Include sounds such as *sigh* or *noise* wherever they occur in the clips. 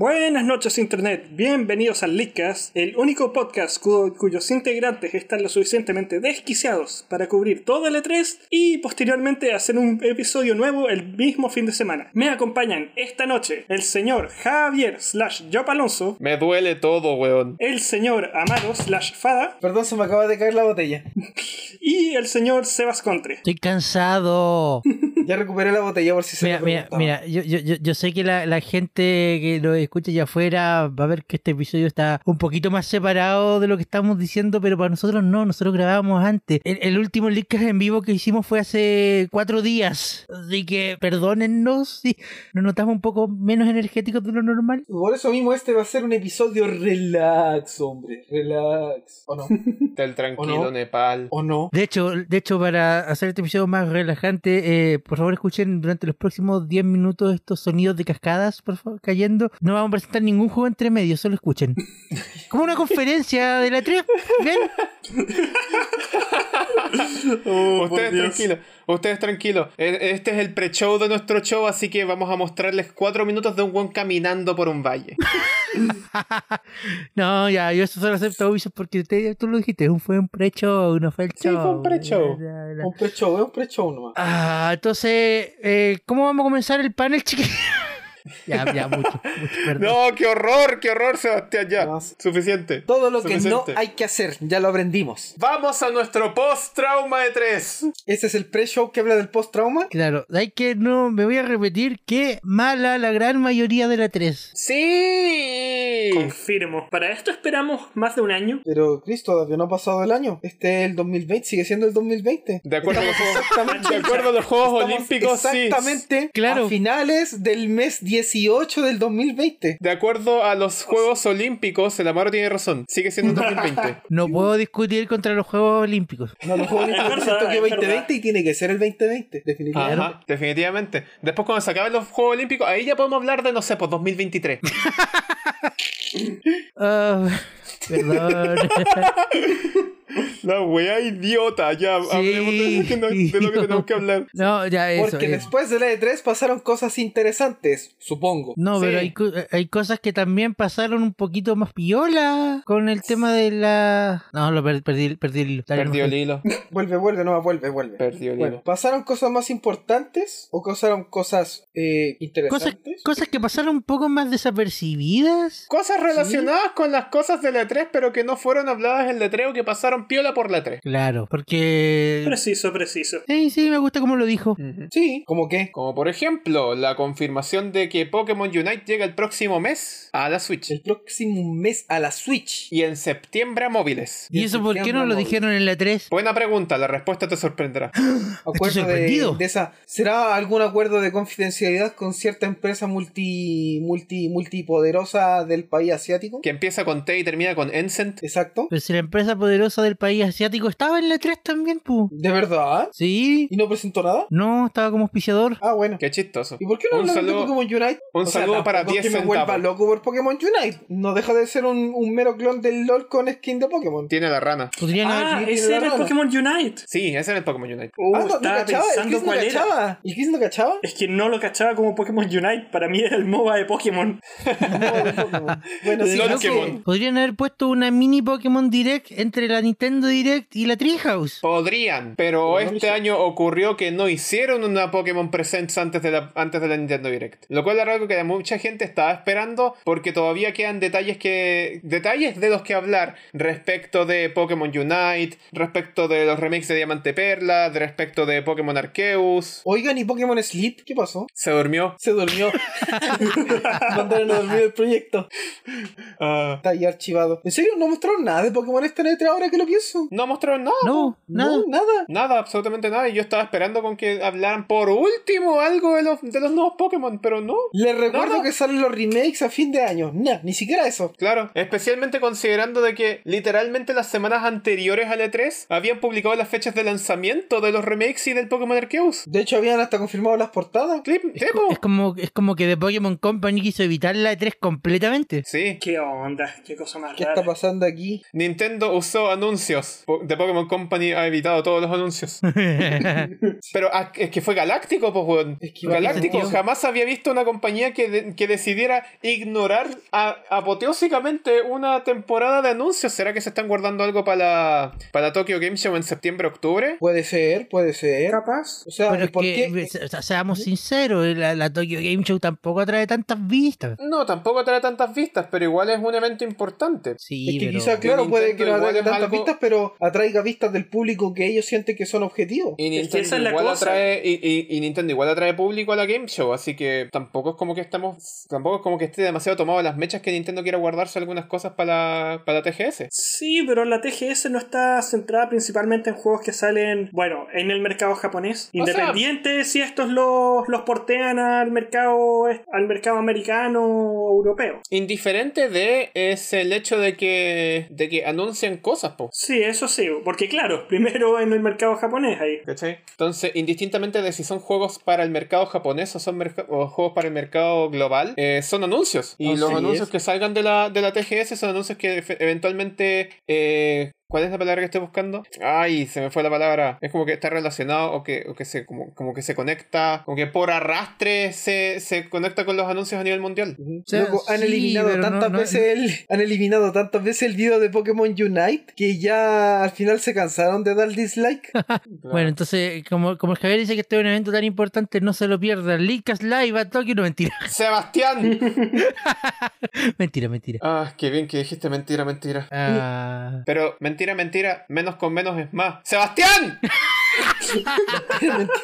Buenas noches Internet, bienvenidos a Leakcast, el único podcast cu- cuyos integrantes están lo suficientemente desquiciados para cubrir todo el E3 y posteriormente hacer un episodio nuevo el mismo fin de semana. Me acompañan esta noche el señor Javier slash Yop Alonso, Me duele todo, weón. el señor Amaro slash Fada Perdón, se me acaba de caer la botella. y el señor Sebas Contre. Estoy cansado. Ya recuperé la botella por si se Mira, lo mira, preguntaba. mira, yo, yo, yo- yo sé que la, la gente que lo escucha allá afuera va a ver que este episodio está un poquito más separado de lo que estamos diciendo, pero para nosotros no, nosotros grabábamos antes. El, el último Leakcast en vivo que hicimos fue hace cuatro días, así que perdónennos si nos notamos un poco menos energéticos de lo normal. Por eso mismo este va a ser un episodio relax, hombre. Relax. ¿O no? Del tranquilo ¿O no? Oh, Nepal. ¿O no? De hecho, de hecho, para hacer este episodio más relajante, eh, por favor escuchen durante los próximos 10 minutos estos sonidos de cascadas por favor, cayendo. No vamos a presentar ningún juego entre medio, *laughs* solo escuchen. Como una conferencia de la 3. ¿Ven? Oh, Ustedes tranquilos, ustedes tranquilos. E- Este es el pre-show de nuestro show, así que vamos a mostrarles cuatro minutos de un weón caminando por un *laughs* valle. No, ya, yo eso solo acepto Ubisoft porque te- tú lo dijiste, un- fue un precho, no fue el Sí, fue un show, pre-show. bla, bla, bla. Un pre-show, es un pre-show nomás. Ah, entonces, eh, ¿cómo vamos a comenzar el *laughs* panel, chiquillos? ya, ya, mucho, mucho, perdón. No, qué horror, qué horror, Sebastián, ya. No, sí. Suficiente. Todo lo que no Suficiente. hay que hacer, ya lo aprendimos. Vamos a nuestro post-trauma de tres. Ese es el pre-show que habla del post-trauma. Claro, hay que no, me voy a repetir que mala la gran mayoría de la 3. Sí. Confirmo, para esto esperamos más de un año. Pero, Cristo, todavía no ha pasado el año. Este es el 2020, sigue siendo el 2020. De acuerdo, a los juegos- Exactamente. de acuerdo a los Juegos Estamos Olímpicos, sí. exactamente Claro. a finales del mes 18 del 2020. De acuerdo a los Juegos Olímpicos, el Amaro tiene razón. Sigue siendo 2020. No puedo discutir contra los Juegos Olímpicos. No, los Juegos Olímpicos verdad, dicen Tokio es verdad. 2020 y tiene que ser el 2020, Ah, definitivamente. Ajá, definitivamente. Después cuando se acaben los Juegos Olímpicos, ahí ya podemos hablar de, no sé, pues 2023. Ah, *laughs* perdón. *laughs* *laughs* La wea idiota, ya Sí. hablemos de lo, que no- de lo que tenemos que *laughs* hablar. No, ya eso. Porque eh. después de la E3 pasaron cosas interesantes, supongo. No, Sí. pero hay, co- hay cosas que también pasaron un poquito más piola con el tema de la... No, lo per- perdí, perdí el hilo. Dale, Perdió el nomás. hilo. Vuelve, vuelve, no, vuelve, vuelve. Perdió el Bueno, hilo. ¿pasaron cosas más importantes o pasaron cosas eh, Cosas, interesantes? cosas que pasaron un poco más desapercibidas. Cosas relacionadas con las cosas de la 3 pero que no fueron habladas en la 3 o que pasaron piola por la 3 Claro, porque... Preciso, preciso. Sí, sí, me gusta como lo dijo. sí, ¿como qué? Como por ejemplo, la confirmación de que Pokémon Unite llega el próximo mes a la Switch. El próximo mes a la Switch. Y en septiembre a móviles. ¿Y eso por qué no lo dijeron en la 3? Buena pregunta, la respuesta te *laughs* sorprenderá. Acuerdo de, sorprendido. de esa. ¿Será algún acuerdo de confidencialidad con cierta empresa multi, multi, multipoderosa del país asiático? Que empieza con T y termina con Encent. Exacto. Pero si la empresa poderosa del país asiático estaba en la 3 también, pu. ¿De verdad? Sí. ¿Y no presentó nada? No, estaba como auspiciador. Ah, bueno. Qué chistoso. ¿Y por qué no Un hablan de saludo- Pokémon Unite? Un saludo para tampoco 10 es que me vuelva centavos. loco por Pokémon Unite. No deja de ser un, un mero clon del LOL con skin de Pokémon. Ah, Tiene la rana. Podrían haber- Ah, tiene ese la era el rana. Pokémon Unite. Sí, ese era el Pokémon Unite. Uh, ah, no, no estaba cachaba. ¿El pensando Chris no cuál era. cachaba? ¿El Chris *laughs* no cachaba? Es que no lo cachaba como Pokémon Unite, para mí era el MOBA de Pokémon. No, de Pokémon. bueno, sí, Lol no sé. Pokémon. podrían haber puesto una mini Pokémon Direct entre la Nintendo Direct y la Oh. Treehouse. Podrían, pero no lo este hicieron. año ocurrió que no hicieron una Pokémon Presents antes de, la, antes de la Nintendo Direct. Lo cual era algo que mucha gente estaba esperando porque todavía quedan detalles que detalles de los que hablar respecto de Pokémon Unite, respecto de los remakes de Diamante Perla, de respecto de Pokémon Arceus. Oigan, ¿y Pokémon Sleep? ¿Qué pasó? Se durmió. Se durmió. *laughs* Mandaron a dormir el proyecto. Ah. Está ahí archivado. ¿En serio? ¿No mostraron nada de Pokémon esta letra ahora que lo pienso? No mostraron nada. No, nada. No, nada. Nada, absolutamente nada. Y yo estaba esperando con que hablaran por último algo de los, de los nuevos Pokémon, pero no. Les recuerdo Nada. que salen los remakes a fin de año. Nah, ni siquiera eso. Claro, especialmente considerando de que literalmente las semanas anteriores al E3 habían publicado las fechas de lanzamiento de los remakes y del Pokémon Arceus. De hecho, habían hasta confirmado las portadas. Clip, Es, co- es como, es como que The Pokémon Company quiso evitar la 3 *laughs* completamente. Sí. ¿Qué onda? ¿Qué cosa más ¿Qué rara? está pasando aquí? Nintendo usó anuncios anuncios. Po- The Pokémon Company ha evitado todos los anuncios. Pero ah, es que fue galáctico, pues, weón. Es que igual galáctico. tiene sentido. Jamás había visto una compañía que, de- que decidiera ignorar a- apoteósicamente una temporada de anuncios. ¿Será que se están guardando algo para la, para la Tokyo Game Show en septiembre, octubre? Puede ser, puede ser. Capaz. O sea, *laughs* Pero ¿y es por que, qué? se- se- seamos sinceros, la, la Tokyo Game Show tampoco atrae tantas vistas. No, tampoco trae tantas vistas, pero igual es un evento importante. Sí, Es que pero- quizá, claro, puede que no Nintendo igual atraiga es tantas algo- vistas, pero atraiga vistas del público que ellos sienten que son objetivos. Y Es que Nintendo, esa es la igual cosa. atrae, y, y- y Nintendo igual atrae público a la Game Show, así que tampoco es como que estamos, tampoco es como que esté demasiado tomado de las mechas que Nintendo quiera guardarse algunas cosas para la, para la TGS. Sí, pero la TGS no está centrada principalmente en juegos que salen, bueno, en el mercado japonés. O sea- Independiente si estos los, los portean al mercado, al mercado americano o europeo. Indiferente de es el hecho de que, de que anuncian cosas, po. Sí, eso sí, porque claro, *laughs* primero en el mercado japonés ahí. ¿Cachai? Entonces, indistintamente de si son juegos para el mercado japonés o son merca- o juegos para el mercado global, eh, son anuncios. Y Así los anuncios es. que salgan de la, de la TGS son anuncios que efe- eventualmente... eh, ¿Cuál es la palabra que estoy buscando? Ay, se me fue la palabra. Es como que está relacionado o que, o que se como, como que se conecta, como que por arrastre se, se conecta con los anuncios a nivel mundial. Ujú. sea, Loco, han sí, eliminado pero no- tantas no- veces el, han eliminado tantas veces el video de Pokémon Unite que ya al final se cansaron de dar dislike. Bueno, entonces, como, como el Javier dice que este es un evento tan importante, no se lo pierdan. Linkas Live a Tokio, no mentira. Sebastián. *laughs* mentira, mentira. ah, qué bien que dijiste mentira, mentira. Ah. Pero mentira, mentira, menos con menos es más. Sebastián. Mentira.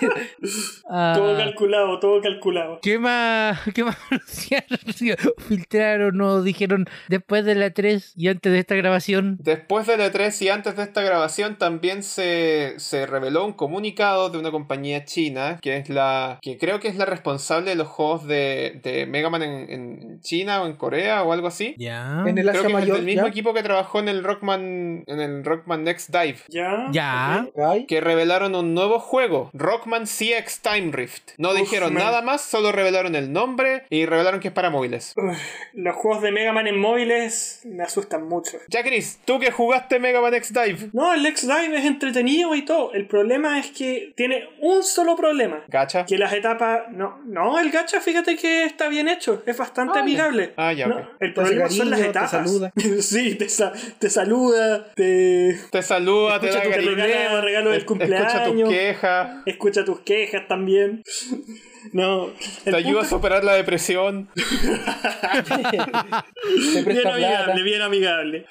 Ah. Todo calculado, todo calculado. ¿Qué más, *laughs* ¿Qué más anunciaron? *laughs* ¿Filtraron o dijeron después de la 3 y antes de esta grabación? Después de la 3 y antes de esta grabación también se, se reveló un comunicado de una compañía china que es la que creo que es la responsable de los juegos de, de Mega Man en, en China o en Corea o algo así. Ya. en el creo Asia que es Mayor. el mismo ¿ya? equipo que trabajó en el Rockman en el Rockman Next Dive Ya. Ya. Ok. Ay, que revelaron un nuevo juego, Rockman CX Time Rift. No Uf, dijeron man. nada más, solo revelaron el nombre y revelaron que es para móviles. Los juegos de Mega Man en móviles me asustan mucho. Ya Chris, tú que jugaste Mega Man Next Dive. No, el X-Dive es entretenido y todo. El problema es que tiene un solo problema. Gacha. Que las etapas. No, no, el gacha, fíjate que está bien hecho. Es bastante Ah, ya. amigable. Ah, ya, No, ok. el Te hace problema son las cariño, te etapas. saluda. *laughs* sí, te, sa- te saluda, te. Te saluda, Escucha te tu da regalo- regalo del es- Escucha cumpleaños. tus quejas. Escucha tus quejas también. *laughs* No. Te ayuda a superar la depresión. *laughs* te Bien presta plata. amigable, bien amigable.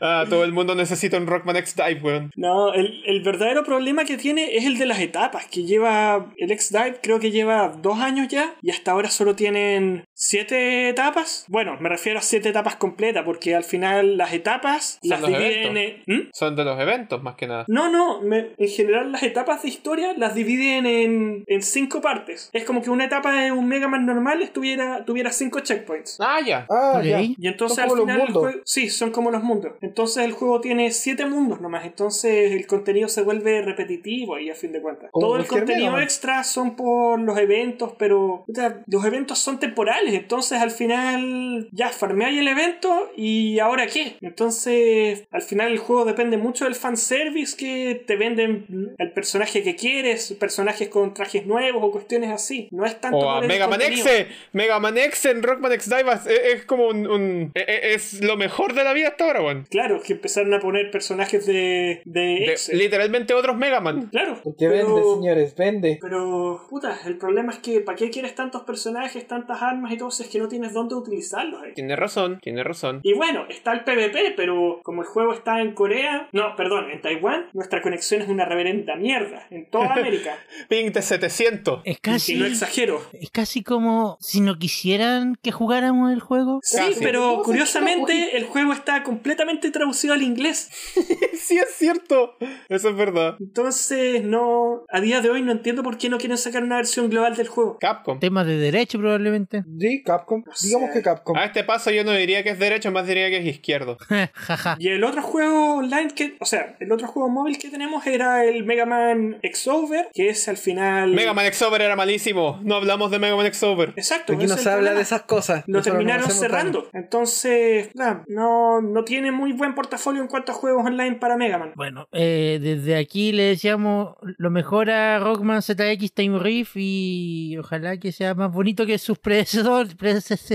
Ah, todo el mundo necesita un Rockman X Dive, weón. No, el, el verdadero problema que tiene es el de las etapas, que lleva el X-Dive creo que lleva dos años ya y hasta ahora solo tienen siete etapas. Bueno, me refiero a siete etapas completas porque al final las etapas Son las los dividen en... ¿Mm? Son de los eventos, más que nada. No, no, me- en general las etapas de historia las dividen en, en cinco partes. Es como que una etapa de un Mega Man normal estuviera, tuviera cinco checkpoints. Ah, ya. Ah, Ok. ya. Y entonces Son al como los final el mundos. juego- sí, son como los mundos. Entonces el juego tiene siete mundos nomás, entonces el contenido se vuelve repetitivo y a fin de cuentas. Como Todo el cualquier Mega contenido Man. extra son por los eventos, pero o sea, los eventos son temporales, entonces al final ya farmeáis el evento y ahora qué? Entonces, al final el juego depende mucho del fanservice que te venden el personaje que quieres, personajes con trajes nuevos o cuestiones así. No es tanto O a por el Mega Man contenido. X. eh. Mega Man X en Rockman X Dive es, es como un. un- e- e- es, lo mejor de la vida hasta ahora, weón. Claro, que empezaron a poner personajes de, de De- Excel. literalmente otros Mega Man. Claro. Porque vende, señores, vende. pero, puta, el problema es que ¿para qué quieres tantos personajes, tantas armas y todo si es que no tienes dónde utilizarlos? eh? Tiene razón, tiene razón. Y bueno, está el PvP, pero como el juego está en Corea, no, perdón, en Taiwán, nuestra conexión es una reverenda mierda en toda *laughs* América. Ping de 700. Es y casi, no exagero. es casi como si no quisieran que jugáramos el juego. Sí, Casi. pero No, sí, curiosamente el juego está completamente traducido al inglés. *laughs* sí, es cierto. Eso es verdad. Entonces, no, a día de hoy no entiendo por qué no quieren sacar una versión global del juego. Capcom. Temas de derecho probablemente. *laughs* Sí, Capcom. sé. Digamos que Capcom. A este paso yo no diría que es derecho, más diría que es izquierdo. Jaja. Y el otro juego online que, o sea, el otro juego móvil que tenemos era el Mega Man X-Over, que es al final Mega Man X Over era malísimo. No hablamos de Mega Man X Over. Exacto. Aquí ese no es se el habla problema. de esas cosas. Lo Nosotros no terminaron hacemos cerrando. Entonces, claro, no, no tiene muy buen portafolio en cuanto a juegos online para Mega Man. Bueno, eh, desde aquí le deseamos lo mejor a Rockman ZX Time Rift y ojalá que sea más bonito que sus predecesor- predecesores.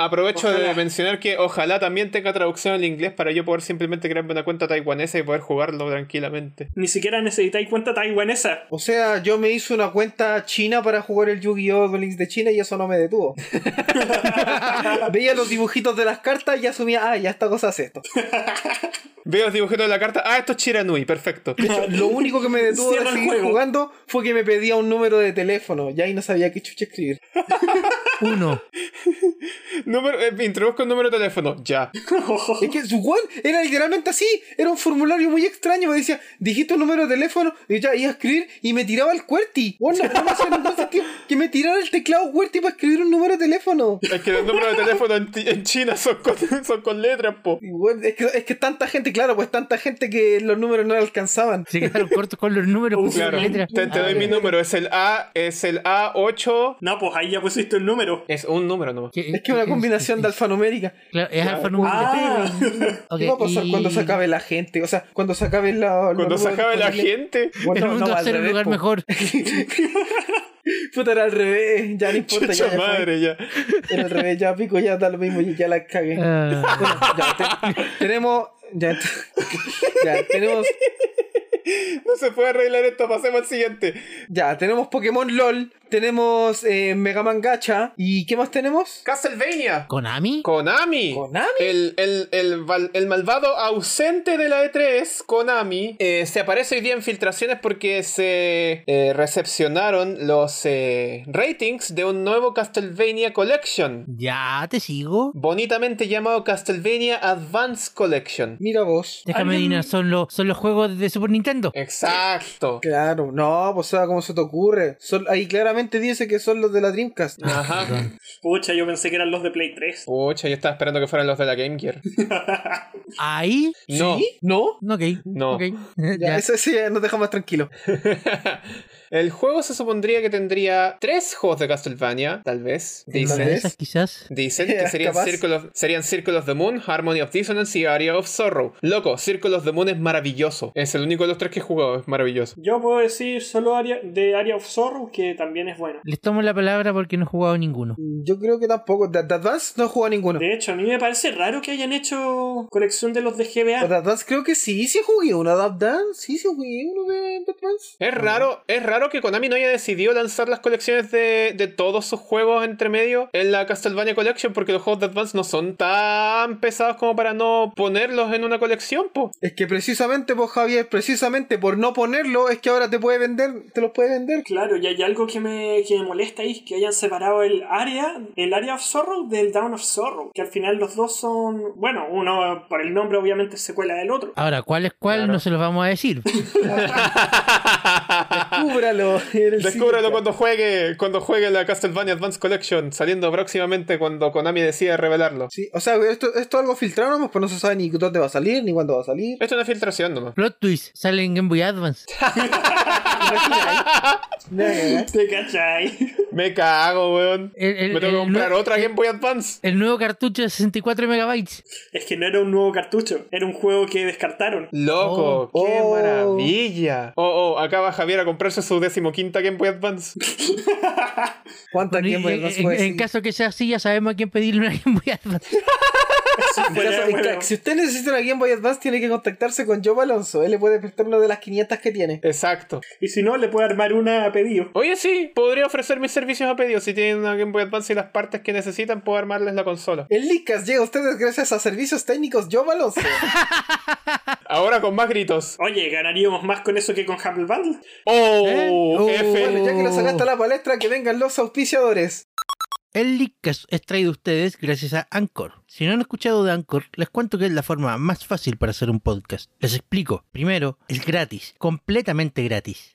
Aprovecho Ojalá. de mencionar que ojalá también tenga traducción al inglés para yo poder simplemente crearme una cuenta taiwanesa y poder jugarlo tranquilamente. Ni siquiera necesitáis cuenta taiwanesa. *laughs* O sea, yo me hice una cuenta china para jugar el Yu-Gi-Oh! Duel Links de China y eso no *laughs* me detuvo. Veía los dibujitos de las cartas y asumía, ah, ya esta cosa hace esto. Veo los dibujitos de la carta. Ah, esto es Chiranui, perfecto. *laughs* *laughs* Lo único que me detuvo de Cierra el seguir juego. jugando fue que me pedía un número de teléfono. Ya ahí no sabía qué chucha escribir. *laughs* Uno. Número, eh, introduzco el número de teléfono. Ya. Es que su weón era literalmente así. Era un formulario muy extraño. Me decía, dijiste un número de teléfono. Y ya iba a escribir y me tiraba el QWERTY. Bueno, no me hacía ningún sentido que me tirara el teclado QWERTY para escribir un número de teléfono. Es que los números de teléfono en, ti- en China son con, *laughs* son con letras, po. Y bueno, es, que, es que tanta gente, claro, pues tanta gente que los números no le alcanzaban. Se quedaron cortos con los números. Uf, pusieron Uh, Claro. letras. Ah, Te, te doy Ah, mi número. Es el A, es el A8. No, pues ahí ya pusiste el número. Es un número nomás. Que- Es que una que- combinación de alfanumérica. *laughs* Claro, es alfanumérica. Ah, *laughs* pues. Ok, ¿Qué va a pasar y- cuando se acabe la gente? O sea, cuando se acabe la. Cuando los se números acabe la disponibles. gente. Bueno, el no, mundo no, va a al ser un revés, lugar po. *laughs* mejor. Puta, era al revés. Ya no importa. ya, Chucha ya fue. madre, ya. Era al revés, ya pico, ya da lo mismo. y Ya la cagué. Ah, Bueno, ya, te- tenemos. Ya, *laughs* ya, tenemos. No se puede arreglar esto. Pasemos al siguiente. Ya, tenemos Pokémon LOL. Tenemos eh, Mega Man Gacha. ¿Y qué más tenemos? Castlevania. ¿Konami? Konami. Konami. El, el, el, val- el malvado ausente de la E3, Konami, eh, se aparece hoy día en filtraciones porque se eh, recepcionaron los eh, ratings de un nuevo Castlevania Collection. Ya, te sigo. Bonitamente llamado Castlevania Advance Collection. Mira vos. Déjame ¿Alguien- adivinar, son, los son los juegos de Super Nintendo. Eh. Exacto. Claro, no, pues ¿sabes cómo se te ocurre? Son- ahí claramente dice que son los de la Dreamcast. Ah, Ajá. *laughs* pucha, yo pensé que eran los de Play 3. Pucha, yo estaba esperando que fueran los de la Game Gear. Ahí. No. *laughs* ¿Sí? *laughs* ¿No? Ok. No. ok. Ya, *laughs* Ya. eso sí ya nos deja más tranquilo. El juego se supondría que tendría tres juegos de Castlevania, tal vez. Una Dicen. de esas quizás. Dicen que Eras serían capaz. Circle, of, serían Circle of the Moon, Harmony of Dissonance y Area of Sorrow. Loco, Circle of the Moon es maravilloso. Es el único de los tres que he jugado, es maravilloso. Yo puedo decir solo área de Area of Zorro, que también es bueno. Les tomo la palabra porque no he jugado ninguno. Yo creo que tampoco. De, de Advance no he jugado ninguno. De hecho, a mí me parece raro que hayan hecho colección de los de O de GBA. Advance creo que sí, sí jugué uno de Advance. Sí, sí jugué uno de, de Advance. ¿Eh? Es raro, es raro que Konami no haya decidido lanzar las colecciones de, de todos sus juegos entre medio en la Castlevania Collection porque los juegos de Advance no son tan pesados como para no ponerlos en una colección, po. *laughs* Es que precisamente, pues Javier, precisamente por no ponerlo, es que ahora te puede vender, te los puede vender. Claro, y hay algo que me, que me molesta ahí, que hayan separado el área, el Area of Zorro del Down of Zorro, que al final los dos son, bueno, uno por el nombre obviamente es secuela del otro. Ahora, ¿cuál es cuál? Claro. No se los vamos a decir. Ah. Descúbralo. *laughs* en el Descúbrelo sitio. cuando juegue, cuando juegue la Castlevania Advance Collection, saliendo próximamente cuando Konami decida revelarlo. Sí, o sea, esto, esto es algo filtrado nomás, pues no se sabe ni dónde va a salir, ni cuándo va a salir. Esto es una filtración nomás. Plot twist, sale en Game Boy Advance. *laughs* Ya, ya, *laughs* ya. ¿Te cachai? Me cago, weón. El- el- Me tengo que el comprar nue- otra Game Boy Advance. El nuevo cartucho de 64 megabytes. Es que no era un nuevo cartucho, era un juego que *laughs* descartaron. Loco, Oh. qué Oh. maravilla. Oh, oh, acá va Javier a comprarse su decimoquinta Game Boy Advance. ¿Cuánto Y- tiempo y- en, en caso que sea así, ya sabemos a quién pedirle una *laughs* Game Boy Advance. Fuera de huevo. Si usted necesita una Game Boy Advance, tiene que contactarse con Joe Alonso. Él le puede prestar una de las 500 que tiene. Exacto. Y si no, le puedo armar una a pedido. Oye, sí, podría ofrecer mis servicios a pedido. Si tienen una Game Boy Advance y las partes que necesitan, puedo armarles la consola. El Licas llega a ustedes gracias a servicios técnicos *laughs* Joe Alonso. Ahora con más gritos. Oye, ganaríamos más con eso que con Humble Bundle. Oh, ¿Eh? Oh. F. bueno, ya que lo sacaste a la palestra, que vengan los auspiciadores. El Leadcast es traído a ustedes gracias a Anchor. Si no han escuchado de Anchor, les cuento que es la forma más fácil para hacer un podcast. Les explico. Primero, es gratis, completamente gratis.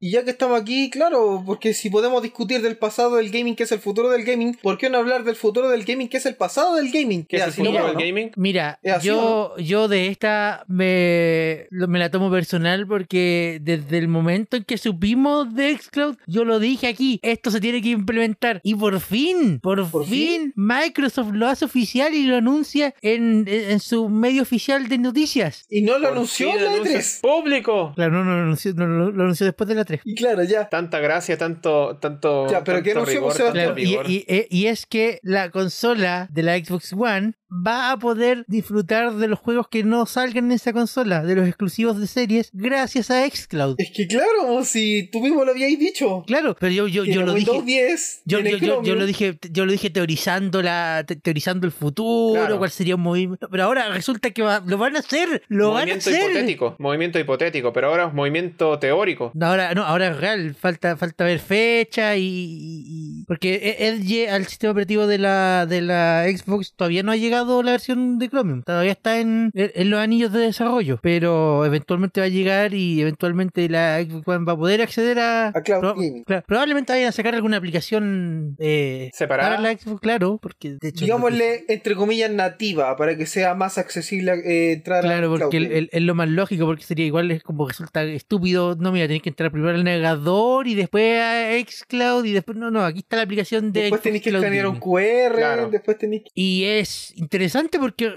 Y ya que estamos aquí, claro, porque si podemos discutir del pasado del gaming, que es el futuro del gaming, ¿por qué no hablar del futuro del gaming, que es el pasado del gaming? ¿Qué Ya, es el si no, futuro del bueno. gaming? Mira, ¿Es así yo, yo de esta me, lo- me la tomo personal porque desde el momento en que supimos de Xcloud, yo lo dije aquí, esto se tiene que implementar. Y por fin, por, ¿Por fin, Microsoft lo hace oficial y lo anuncia en, en- en su medio oficial de noticias. Y no lo Por anunció fin en la anuncio E3. ¡Público! Claro, no, no, lo anunció, no, lo, lo anunció después de la 3. Y claro, ya. Tanta gracia, tanto. tanto Ya, pero tanto ¿qué anunció, rigor, Sebastián? tanto Claro, y, vigor. y- e- y es que la consola de la Xbox One va a poder disfrutar de los juegos que no salgan en esa consola, de los exclusivos de series, gracias a Xcloud. Es que claro, si tú mismo lo habíais dicho. Claro, pero yo, yo, yo Tiene lo Windows dije. 10, Yo, tiene yo- yo- yo Chromium. lo dije, yo lo dije teorizando la, te- teorizando el futuro, Claro. cuál sería un movimiento. Pero ahora resulta que va- lo van a hacer, lo van a movimiento hacer. hipotético, movimiento hipotético, pero ahora es movimiento teórico. No, Ahora, no, ahora es real, falta, falta ver fecha y, y- y- porque e- Edge al sistema operativo de la, de la Xbox todavía no ha llegado la versión de Chromium, todavía está en, en los anillos de desarrollo, pero eventualmente va a llegar y eventualmente la Xbox One va a poder acceder a, A cloud proba- gaming. claro, probablemente vayan a sacar alguna aplicación eh, Separada. para la Xbox, claro, porque de hecho Digámosle, entre comillas, nativa, para que sea más accesible eh, entrar a Claro, cloud porque el- gaming. el- es lo más lógico, porque sería igual, es como resulta estúpido. No, mira, tenés que entrar primero al navegador y después a Xcloud y después. No, no, aquí está la aplicación de. Después tenéis que Xcloud escanear un Gaming. QR, Claro. después tenéis que... Y es interesante porque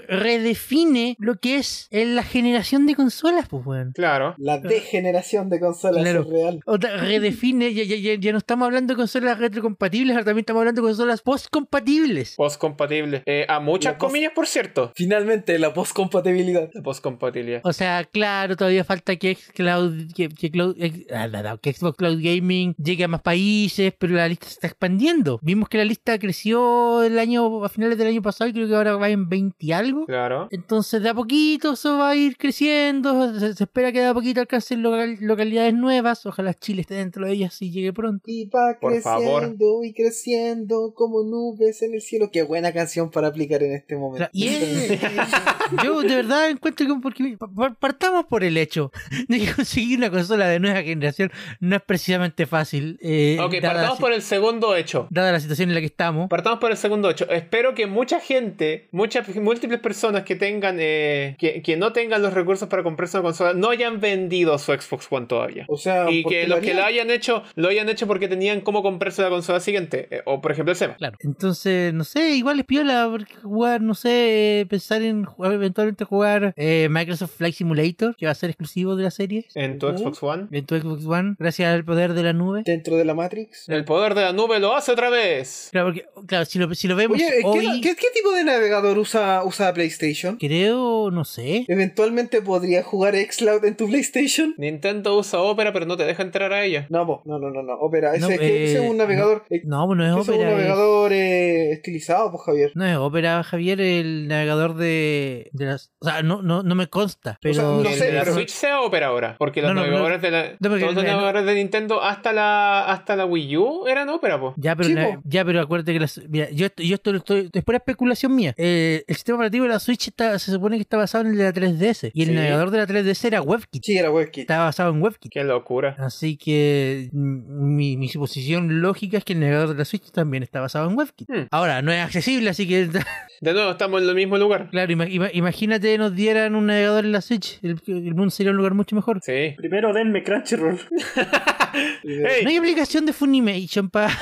redefine lo que es eh, la generación de consolas, pues, weón. Claro. La degeneración de consolas Claro. es real. Otra, redefine, ya, ya, ya, ya no estamos hablando de consolas retrocompatibles, ahora también estamos hablando de consolas postcompatibles. Postcompatible. Eh, a muchas La post- comillas, por cierto. Finalmente, la postcompatibilidad. La postcompatibilidad. O sea, claro, todavía falta que Xcloud, que, que Cloud- ex- ah, no, no, que Xbox Cloud Gaming llegue a más países, pero la lista se está expandiendo. Vimos que la lista creció el año a finales del año pasado y creo que ahora va en 20 y algo. Claro. Entonces, de a poquito eso va a ir creciendo. Se, se espera que de a poquito alcancen local- localidades nuevas. Ojalá Chile esté dentro de ellas y llegue pronto. Y va Por creciendo favor. y creciendo como nubes en el cielo. Qué buena canción para aplicar en este momento. Claro, y es- Yo de verdad encuentro que porque partamos por el hecho de que conseguir una consola de nueva generación no es precisamente fácil. eh, Ok, dada la partamos por el segundo hecho. dada la situación en la que estamos. Partamos por el segundo 8. Espero que mucha gente, muchas múltiples personas que tengan, eh, que, que no tengan los recursos para comprarse una consola, no hayan vendido su Xbox One todavía. *laughs* O sea, Y ¿por qué que lo los que lo harían? hayan hecho, lo hayan hecho porque tenían cómo comprarse la consola siguiente. Eh, o por ejemplo el Seba. Claro. Entonces, no sé, igual es piola porque jugar, no sé, eh, pensar en jugar, eventualmente jugar eh, Microsoft Flight Simulator, que va a ser exclusivo de la serie, En tu Ujú. Xbox One. en tu Xbox One, gracias al poder de la nube. dentro de la Matrix. El poder de la nube lo hace otra vez. Claro, porque, claro, si lo, si lo vemos Oye, ¿qué- hoy, ¿qué, qué tipo de navegador usa, usa PlayStation? creo, no sé. ¿Eventualmente podría jugar Xcloud en tu PlayStation? Nintendo usa Opera, pero no te deja entrar a ella. No, po, no, no, no, no. Opera. Ese, No, es que ese eh, es un navegador. eh, No, bueno, no es ese es un Opera. es- navegador eh, estilizado, pues Javier. No es Opera, Javier, el navegador de, de las... O sea, no, no, no me consta, pero... No que sé, la pero- Switch sea Opera ahora. Porque los No, no, navegadores de la. no, porque todos los no- navegadores de Nintendo hasta la. hasta la Wii U eran Opera, po. Ya, pero, Sí, la- po. ya, pero acuérdate que las, mira, yo, esto- yo esto lo estoy. Es pura especulación mía. Eh, el sistema operativo de la Switch está, se supone que está basado en el de la 3DS. Y el Sí. navegador de la 3DS era WebKit. Sí, era WebKit. Estaba basado en WebKit. Qué locura. Así que mm, mi, mi suposición lógica es que el navegador de la Switch también está basado en WebKit. Hmm. Ahora, no es accesible, así que. *laughs* De nuevo, estamos en el mismo lugar. Claro, ima- ima- imagínate nos dieran un navegador en la Switch. El, el mundo sería un lugar mucho mejor. Sí. Primero denme Crunchyroll. ¡Ey! No hay aplicación de Funimation para.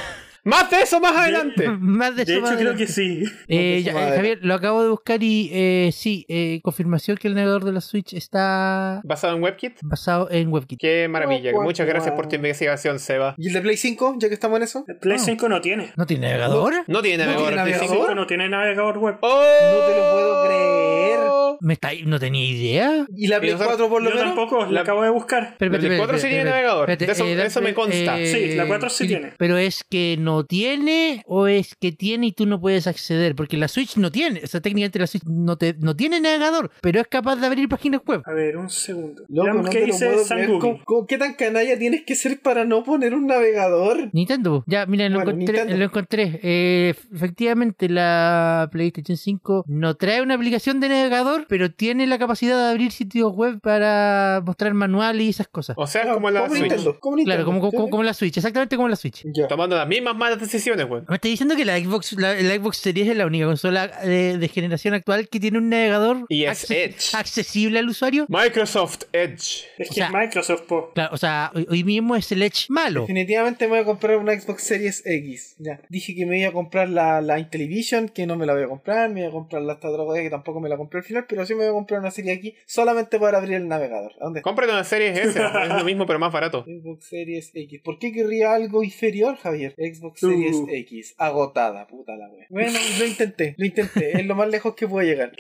Más de eso más adelante. *laughs* *laughs* Más de, De eso hecho, más creo adelante. que sí. Eh, Concha ya, su eh, madre. Javier, lo acabo de buscar y eh, sí, eh, confirmación que el navegador de la Switch está Basado en WebKit. basado en WebKit. Qué maravilla. Oh, guau, Muchas gracias por guau. tu investigación, Seba. ¿Y el de Play 5? Ya que estamos en eso. El Play Ah. 5 no tiene. ¿No tiene navegador? No tiene No navegador. ¿estoy tiene El navegador. seguro? 5 no tiene navegador web. ¡Oh! te lo puedo creer. ¿Me está, no tenía idea. ¿Y la Play nosotros- 4 por lo Yo menos? tampoco, la La- acabo de buscar. Pero, La Play 4 sí tiene navegador. De eso- de eso me consta. Sí, la 4 sí Fili- tiene. eh, Pero es que no tiene o es que tiene y tú no puedes acceder. Porque la Switch no tiene. O sea, técnicamente la Switch no, te, no tiene navegador, pero es capaz de abrir páginas web. A ver, un segundo. Loco, Veamos no qué te lo dice puedo San creer. Google. ¿Con- con ¿Qué tan canalla tienes que ser para no poner un navegador? Nintendo, ya, mira, lo Bueno, encontré. Nintendo. Lo encontré. Eh, f- efectivamente, la PlayStation 5 no trae una aplicación de navegador, pero tiene la capacidad de abrir sitios web para mostrar manuales y esas cosas. O sea, es como la Como Switch. Nintendo, como claro, Nintendo. como, como, como la Switch, exactamente como la Switch. Ya. Tomando las mismas malas decisiones, weón. Me está diciendo que la Xbox, la, la Xbox Series es la única consola eh, de, de generación actual que tiene un navegador Y es acces- Edge. accesible al usuario. Microsoft Edge. Es que O sea- es Microsoft, po. Claro, o sea, hoy, hoy mismo es el Edge malo. Definitivamente me voy a comprar una Xbox Series X. Ya. Dije que me iba a comprar la, la Intellivision, que no me la voy a comprar. Me voy a comprar la esta otra cosa que tampoco me la compré al final, pero sí me voy a comprar una serie X solamente para abrir el navegador. ¿A dónde está? Cómprate una serie S. es lo mismo, pero más barato. Xbox Series X. ¿Por qué querría algo inferior, Javier? Xbox Uh. Series X. Agotada, puta la wea. Bueno, lo intenté, lo intenté. Es lo más lejos que puedo llegar.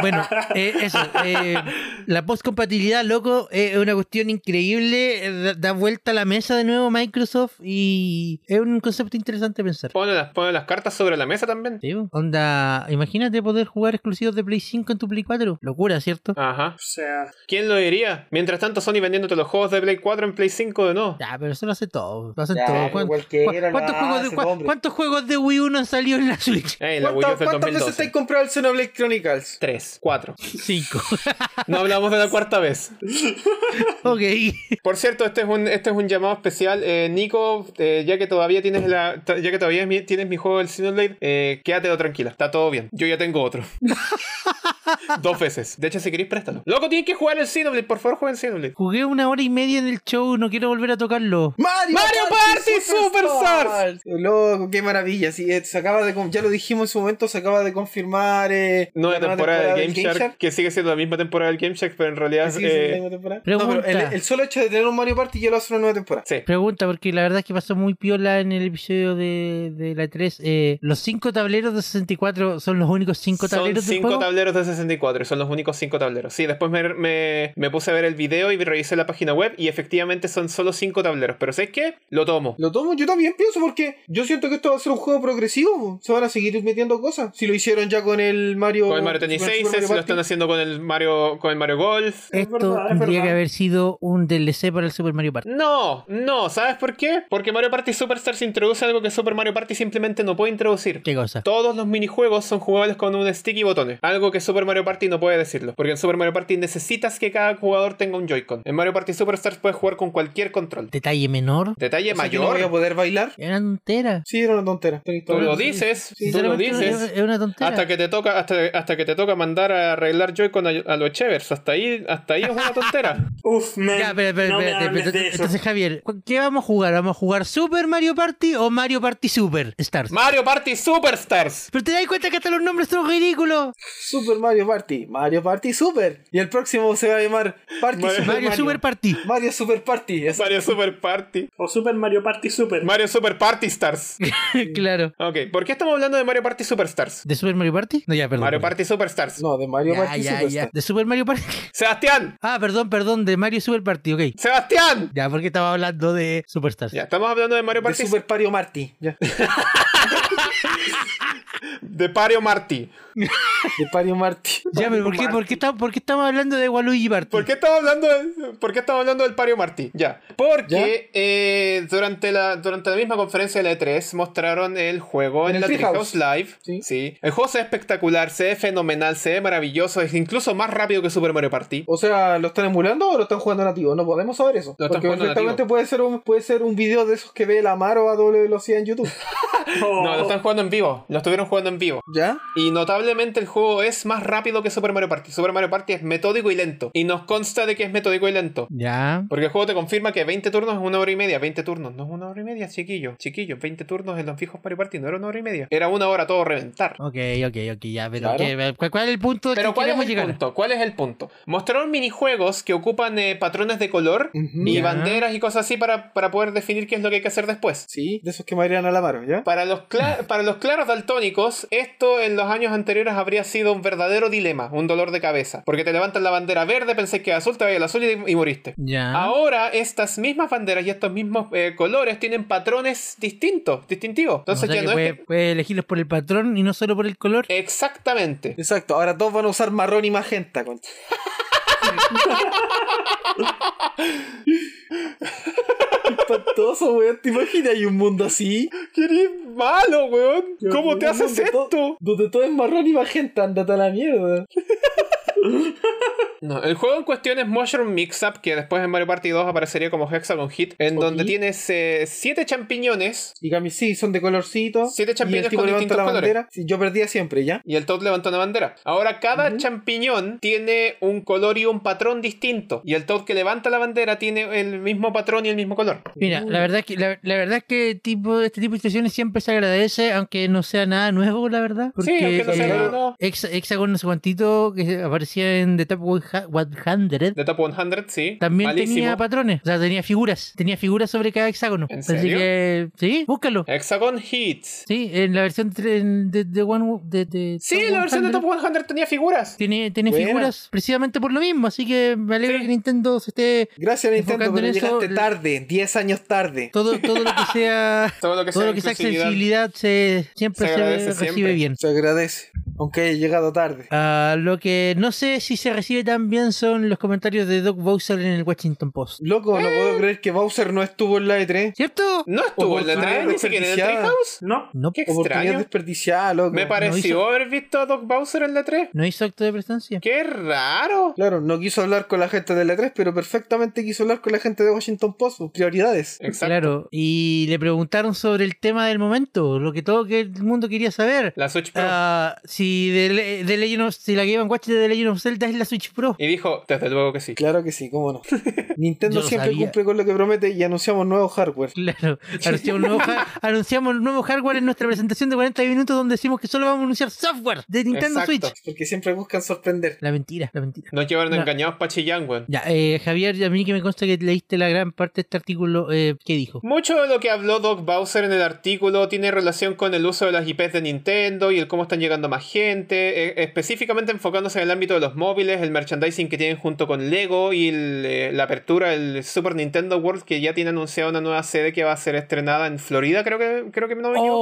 Bueno, eh, eso. eh, la postcompatibilidad, loco, eh, es una cuestión increíble. eh, da- Da vuelta a la mesa de nuevo Microsoft y es un concepto interesante pensar. Pone las, pone las cartas sobre la mesa también. Sí, bo. Onda, imagínate poder jugar exclusivos de Play 5 en tu Play 4. Locura, ¿cierto? Ajá. O sea, ¿Quién lo diría? Mientras tanto, Sony vendiéndote los juegos de Play 4 en Play 5 de no. Ya, pero eso lo hace todo. Lo *laughs* hacen Ya, todo. pero ¿Cuán- cualquiera cu- lo ¿Cuántos, juegos de, hace, cua- hombre. cuántos juegos de Wii U no han salido en la Switch? *laughs* Eh, la Wii U ¿Cuántas, del cuántas veces 2012. te has comprado el Xenoblade Chronicles? Tres, cuatro. Cinco. *laughs* No hablamos de la cuarta vez. ok. Por cierto, este es un, este es un llamado especial. Eh, Nico, eh, ya que todavía tienes la, ta- ya que todavía mi- tienes mi juego del Xenoblade, eh, quédatelo tranquila, está todo bien. Yo ya tengo *laughs* otro. Dos veces. De hecho, si queréis, préstalo. Loco, tienes que jugar el Xenoblade, por favor, jueguen Xenoblade. Jugué una hora y media en el show, no quiero volver a tocarlo. Mario, Mario Party Superstars. Loco, qué maravilla. Sí, eh, se acaba de, con- ya lo dijimos en su momento, se acaba de confirmar. Eh, Nueva la nueva temporada, de Game, del Shark, que sigue siendo la misma temporada del Game Shark, pero en realidad. Así eh, es, la nueva temporada. No, pero el, Pregunta. el solo hecho de tener un Mario Party ya lo hace una nueva temporada. sí. Pregunta, porque la verdad es que pasó muy piola en el episodio de, de la 3. Eh, los cinco tableros de 64 son los únicos cinco tableros son del cinco juego. tableros de 64 y son los únicos cinco tableros. Sí, después me, me- me puse a ver el video y revisé la página web y efectivamente son solo cinco tableros. Pero ¿sabes qué? Lo tomo. Lo tomo, yo también pienso, porque yo siento que esto va a ser un juego progresivo. po. Se van a seguir metiendo cosas. Si lo hicieron ya con el Mario. Con el Mario Tennis con el 6, Super Mario lo Party. están haciendo con el Mario, con el Mario Golf. Es Esto Ah, verdad, es tendría verdad. que haber sido un DLC para el Super Mario Party. No, no, ¿sabes por qué? Porque Mario Party Superstars introduce algo que Super Mario Party simplemente no puede introducir. ¿Qué cosa? Todos los minijuegos son jugables con un stick y botones. Algo que Super Mario Party no puede decirlo. Porque en Super Mario Party necesitas que cada jugador tenga un Joy-Con. En Mario Party Superstars puedes jugar con cualquier control. Detalle menor. Detalle O sea, que no mayor. voy a poder bailar? Es una tontera. Sí, era una tontera. Tenéis Tú toda la lo razón. dices, tú lo Sinceramente, dices. es- es una tontera. Hasta que te toca, hasta, hasta que te toca mandar a arreglar Joy-Con a, a los Chevers. Hasta ahí, hasta ahí es una *laughs* tontera. uff, man. Ya, pero, pero, no me espérate, hables pero de ento- eso. entonces Javier, ¿cu- ¿qué vamos a jugar? ¿Vamos a jugar Super Mario Party o Mario Party Super Stars? Mario Party Superstars. pero te das cuenta que hasta los nombres son *laughs* ridículos. Super Mario Party. Mario Party Super. Y el próximo se va a llamar Party Mario- Super Mario, Mario. Super Party. *laughs* Mario Super Party. Es- Mario Super Party. O Super Mario Party Super. Mario Super Party Stars. claro. Ok, ¿por qué estamos hablando de Mario Party Superstars? ¿De Super Mario Party? No, ya, perdón. Mario perdón. Party Superstars. No, de Mario Ya, Party ya, Super. ya. ¿De Super Mario Party? *laughs* Sebastián, Ah, perdón, perdón, de Mario Super Party, ok. Sebastián. Ya, porque estaba hablando de Superstars. Ya, estamos hablando de Mario De Party Super Mario Marty. Ya. de Pario Marty. De Mario Marty. Ya, pero ¿por qué, por, qué está- por qué estamos hablando de Waluigi Party? ¿Por qué estamos hablando, de- por qué estamos hablando del Pario Martí? Ya. Porque eh, durante, la, durante la misma conferencia de la E3 mostraron el juego en, En el la Treehouse. Treehouse Live. Sí. ¿Sí? El juego se ve espectacular, se ve fenomenal, se ve maravilloso, es incluso más rápido que Super Mario Party. O sea, ¿lo están emulando o lo están jugando nativo? No podemos saber eso. Lo están Porque jugando perfectamente nativo. puede ser, un, puede ser un video de esos que ve la Amaro a doble velocidad en YouTube. Oh, No, lo están jugando en vivo. Lo estuvieron jugando en vivo. ¿Ya? Y notaba Lamentablemente el juego es más rápido que Super Mario Party. Super Mario Party es metódico y lento. Y nos consta de que es metódico y lento. Ya. Porque el juego te confirma que 20 turnos es una hora y media. 20 turnos, no es una hora y media, chiquillo. Chiquillo, 20 turnos en los fijos Mario Party no era una hora y media. Era una hora todo reventar. Ok, ok, ok, ya. Pero Claro. ¿qué- ¿cuál, cuál es el punto Pero que ¿cuál es Ah. queremos el llegar? punto? ¿Cuál es el punto? Mostraron minijuegos que ocupan eh, patrones de color Ujú. y Ya. banderas y cosas así para, para poder definir qué es lo que hay que hacer después. Sí, de esos que madrean a la mano, ¿ya? Para los, *laughs* cla- para los claros daltónicos, esto en los años anteriores habría sido un verdadero dilema, un dolor de cabeza. Porque te levantan la bandera verde, pensé que azul, te vaya al azul y, y moriste. Ya. Ahora estas mismas banderas y estos mismos eh, colores tienen patrones distintos, distintivos. Entonces O sea ya que no puede, es... que- Eh, puede elegirlos por el patrón y no solo por el color. Exactamente. Exacto, ahora todos van a usar marrón y magenta, concha. Espantoso, weón. ¿Te imaginas? Hay un mundo así. ¡Qué eres malo, weón! Yo- ¿Cómo te un haces mundo esto? to- donde todo es marrón y magenta, andate a la mierda. No, el juego en cuestión es Mushroom Mix Up, que después en Mario Party 2 aparecería como Hexagon Hit, en Ok. donde tienes eh, siete champiñones Y camis sí, son de colorcito. Siete champiñones y el tipo con levanta distintos la colores. bandera. Sí, yo perdía siempre, ¿ya? Y el Toad levantó una bandera. Ahora cada champiñón tiene un color y un patrón distinto. Y el Toad que levanta la bandera tiene el mismo patrón y el mismo color. Mira, la verdad es que, la, la verdad es que tipo, este tipo de situaciones siempre se agradece, aunque no sea nada nuevo, la verdad. Porque aunque no sea eh, nada nuevo. Hex- Hexagon no sé cuantito que aparecía en The Top 100 De Top 100, sí. también Malísimo. tenía patrones, o sea, tenía figuras, tenía figuras sobre cada hexágono. ¿En Así serio? Eh. que, sí, búscalo. Hexagon Hits. Sí, en la versión tre- en- de, de One de, de Sí, Top la versión de 100 Top 100 tenía figuras. tiene, tiene Buena. figuras precisamente por lo mismo, así que me alegro Sí. que Nintendo se esté Gracias, Nintendo, Enfocando pero en eso, llegaste l- tarde, 10 años tarde. todo, todo *laughs* lo que sea Todo lo que todo sea lo que sea inclusividad. accesibilidad se, siempre Se se, agradece recibe siempre. bien. Se agradece, aunque haya llegado tarde. Ah, lo que no sé si se recibe tan bien son los comentarios de Doc Bowser en el Washington Post. Loco, no puedo creer que Bowser no estuvo en la E E3. ¿Cierto? No estuvo en la Oportunidad 3, ni siquiera en el desperdiciada. Treehouse. No. No, Qué Oportunidad extraño. desperdiciada, loco. Me pareció hizo- haber visto a Doc Bowser en la 3. no hizo acto de presencia. Qué raro. Claro, no quiso hablar con la gente de la E3, pero perfectamente quiso hablar con la gente de Washington Post. sus Prioridades. Exacto. Claro, y le preguntaron sobre el tema del momento, lo que todo que el mundo quería saber. La Switch Pro. Ah, si de, Le- de Legend of- si la Game Watch de The Legend of Zelda es la Switch Pro. Y dijo, desde luego que sí. Claro que sí, *laughs* cómo no. Nintendo Yo lo siempre sabía. cumple con lo que promete y anunciamos nuevo hardware. *laughs* Claro, anunciamos un, nuevo *laughs* ha- anunciamos un nuevo hardware en nuestra presentación de 40 minutos donde decimos que solo vamos a anunciar software de Nintendo Exacto. Switch. Porque siempre buscan sorprender. La mentira, la mentira. Nos llevaron No. engañados para Chillán, weón. Ya, eh, Javier, a mí que me consta que leíste la gran parte de este artículo, eh, ¿qué dijo? Mucho de lo que habló Doc Bowser en el artículo tiene relación con el uso de las IPs de Nintendo y el cómo están llegando más gente, eh, específicamente enfocándose en el ámbito de los móviles, el merchandising que tienen junto con Lego y el, eh, la apertura del Super Nintendo World que ya tiene anunciada una nueva sede que va a ser estrenada en Florida, creo que creo que no me equivoco.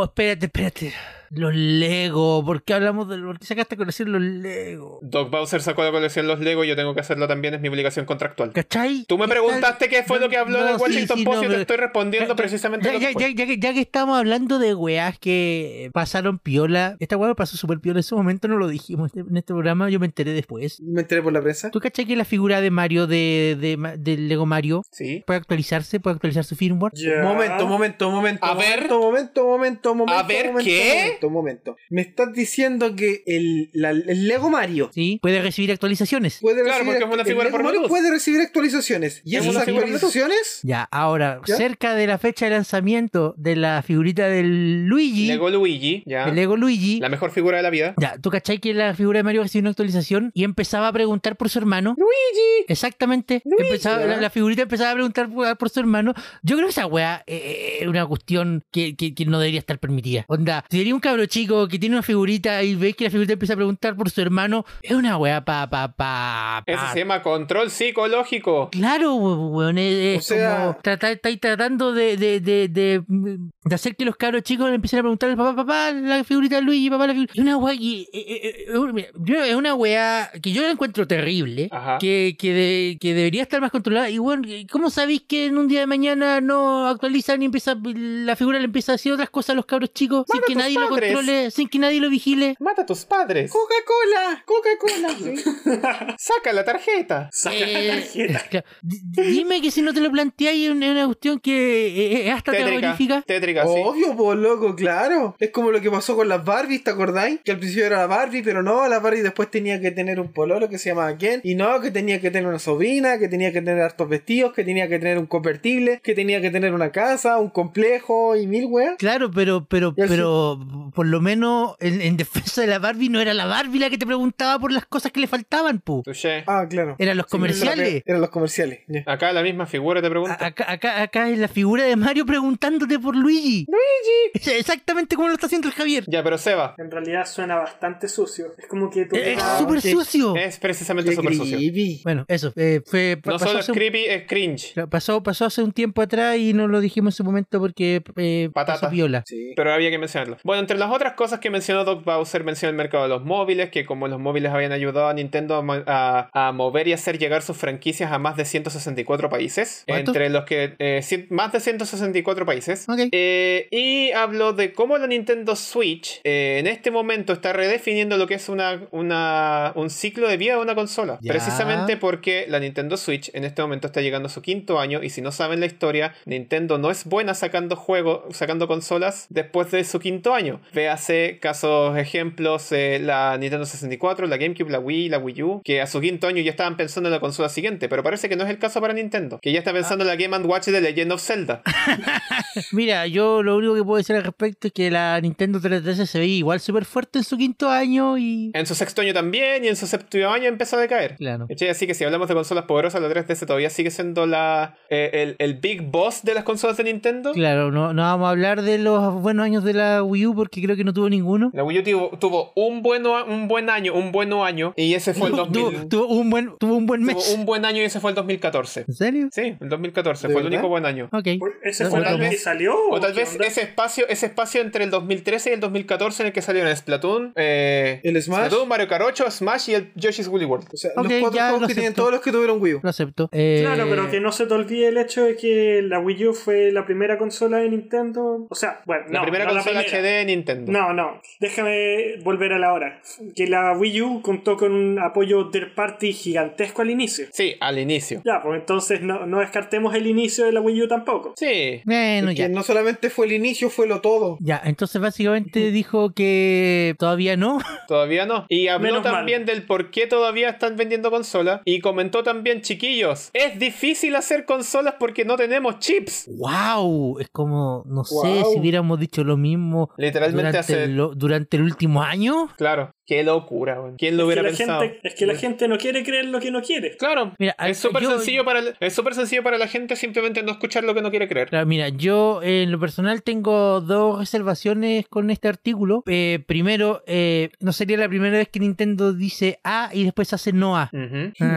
Oh, espérate, espérate. Los Lego, ¿por qué hablamos de los... ¿Por qué sacaste a conocer los Lego? Doc Bowser sacó la colección los Lego, yo tengo que hacerlo también, es mi obligación contractual. ¿Cachai? Tú me ¿Qué tal? preguntaste qué fue No, lo que habló no, en el sí, Washington sí, Post no, y te pero- estoy respondiendo Ya- ya- precisamente ya, lo que ya, fue. ya, ya que, ya que estamos hablando de weas que pasaron piola, esta wea pasó súper piola en su momento, no lo dijimos este- en este programa, yo me enteré después. Me enteré por la prensa. ¿Tú cachai que la figura de Mario de, de, Ma- del Lego Mario Sí. puede actualizarse, puede actualizar su firmware? Ya. Momento, momento, momento. A momento, ver. Momento, momento, momento. A ver, momento, ¿qué? Momento, momento. Me estás diciendo que el, la- el Lego Mario Sí, puede recibir actualizaciones. puede Claro, recibir. porque es una el figura Lego por Mario Bluetooth. puede recibir actualizaciones. Y Es esas una figura por Bluetooth. actualizaciones. Ya, ahora, ¿Ya? cerca de la fecha de lanzamiento de la figurita del Luigi, Lego Luigi, ya. del Lego Luigi, La mejor figura de la vida. ya, ¿tú cachai que la figura de Mario recibió una actualización y empezaba a preguntar por su hermano? Luigi. ¿eh? Exactamente. Empezaba- la, la figurita empezaba a preguntar por, por su hermano. Yo creo que esa weá eh, eh, es una cuestión que, que- que no debería estar permitida. Onda, si tenía un cabro chico que tiene una figurita y veis que la figurita empieza a preguntar por su hermano, es una weá pa, pa, pa, pa. Eso se llama control psicológico. Claro, we- weón, es, O es sea- como tratar, estáis tratando de, de, de, de, mm, de hacer que los cabros chicos le empiecen a preguntar al papá, papá, la figurita de Luigi, papá, la figurita. Es una weá que- eh, eh, eh, mira, yo- es una weá que yo la encuentro terrible, Ajá. que, que, de- que debería estar más controlada. Y bueno, ¿cómo sabéis que en un día de mañana no actualizan y empieza la figura le empieza a decir otras cosas a los cabros chicos sin que nadie lo padres. controle sin que nadie lo vigile. Mata a tus padres. Coca-Cola, Coca-Cola. *laughs* Sí. Saca la tarjeta. Saca Eh, la tarjeta. claro. D- Dime que si no te lo planteáis es una es una cuestión que eh, eh, hasta te Tétrica. glorifica. Tétrica, sí. Obvio, po, loco, claro. Es como lo que pasó con las Barbies, ¿te acordáis? Que al principio era la Barbie, pero no, la Barbie después tenía que tener un pololo que se llamaba Ken. Y no, que tenía que tener una sobrina, que tenía que tener hartos vestidos, que tenía que tener un convertible, que tenía que tener una casa, un complejo y mil weas. Claro, pero, pero, Y al pero por lo menos en, en defensa de la Barbie no era la Barbie la que te preguntaba por las cosas que le faltaban, pu. Touché. Ah, claro. Eran los comerciales. Eran los comerciales. ya. Acá la misma figura te pregunta. A- Acá, acá, acá es la figura de Mario preguntándote por Luigi. ¡Luigi! Exactamente como lo está haciendo el Javier. Ya, pero Seba. *laughs* En realidad suena bastante sucio. Es como que tú. Eh, Es Ah, súper ok. sucio. Es precisamente Qué súper sucio. creepy. Bueno, eso. eh, fue, pa- No pasó, solo es hace un, creepy, es cringe. claro, pasó, pasó hace un tiempo atrás y no lo dijimos en su momento porque eh, Patata. pasó viola. Sí. Pero había que mencionarlo. Bueno, entre las otras cosas que mencionó Doc Bowser, menciona el mercado de los móviles, que como los móviles habían ayudado a Nintendo a, mo- a- a mover y hacer llegar sus franquicias a más de 164 países. ¿Cuánto? Entre los que... eh, cien- más de 164 países. Ok. Eh, y habló de cómo la Nintendo Switch eh, en este momento está redefiniendo lo que es una, una- un ciclo de vida de una consola. Ya. Precisamente porque la Nintendo Switch en este momento está llegando a su quinto año y si no saben la historia, Nintendo no es buena sacando juegos, sacando consolas después de su quinto año. Véase casos, ejemplos, eh, la Nintendo 64, la GameCube, la Wii, la Wii U, que a su quinto año ya estaban pensando en la consola siguiente, pero parece que no es el caso para Nintendo, que ya está pensando en la Game Watch de Legend of Zelda. Mira, yo lo único que puedo decir al respecto es que la Nintendo 3DS se veía igual súper fuerte en su quinto año y... En su sexto año también y en su séptimo año empezó a decaer. Claro. ¿Cachai? Así que si hablamos de consolas poderosas, la 3DS todavía sigue siendo la, eh, el, el big boss de las consolas de Nintendo. Claro, no, no vamos a hablar de los buenos años de la Wii U porque creo que no tuvo ninguno. La Wii U tuvo, tuvo un, bueno, a- un buen año, un bueno año, y ese fue el 2000. Tuvo, tuvo un buen, tuvo un buen mes. tuvo un buen año y ese fue el 2014. ¿En serio? Sí, el 2014 ¿De fue el verdad? único buen año. Ok. ¿Ese No, fue o el tal álbum que vez- salió? O tal qué vez onda? ese espacio, ese espacio entre el 2013 y el 2014 en el que salieron Splatoon, eh, El Smash. Splatoon, Mario Kart 8, Smash y el Yoshi's Woolly World. O sea, Ok, los cuatro ya juegos lo que tienen acepto. todos los que tuvieron Wii U. Lo acepto. Eh, Claro, pero que no se te olvide el hecho de que la Wii U fue la primera consola de Nintendo. O sea, bueno, la no, primera no consola la primera. HD de Nintendo. No, no, déjame volver a la hora. Que la Wii U contó con un apoyo third party gigantesco al inicio. Sí, al inicio. Ya, pues entonces no, no descartemos el inicio de la Wii U tampoco. Sí, Bueno, que ya. no solamente fue el inicio, fue lo todo. Ya, *laughs* entonces básicamente dijo que todavía no. Todavía no. Y habló Menos mal. también del por qué todavía están vendiendo consolas. Y comentó también, chiquillos, es difícil hacer consolas porque no tenemos chips. ¡Wow! Es como, no sé, Guau. si hubiéramos dicho lo mismo Literalmente durante, hace... el, lo- durante el último año. Claro. Qué locura, weón. ¿Quién lo es, que hubiera la pensado? gente, es que la gente no quiere creer lo que no quiere. Claro. Mira, es a- súper yo- sencillo para el- es súper sencillo para la gente simplemente no escuchar lo que no quiere creer. Claro, mira, yo eh, en lo personal tengo dos reservaciones con este artículo. Eh, primero, eh, no sería la primera vez que Nintendo dice A y después hace no A. Ujú. Ah,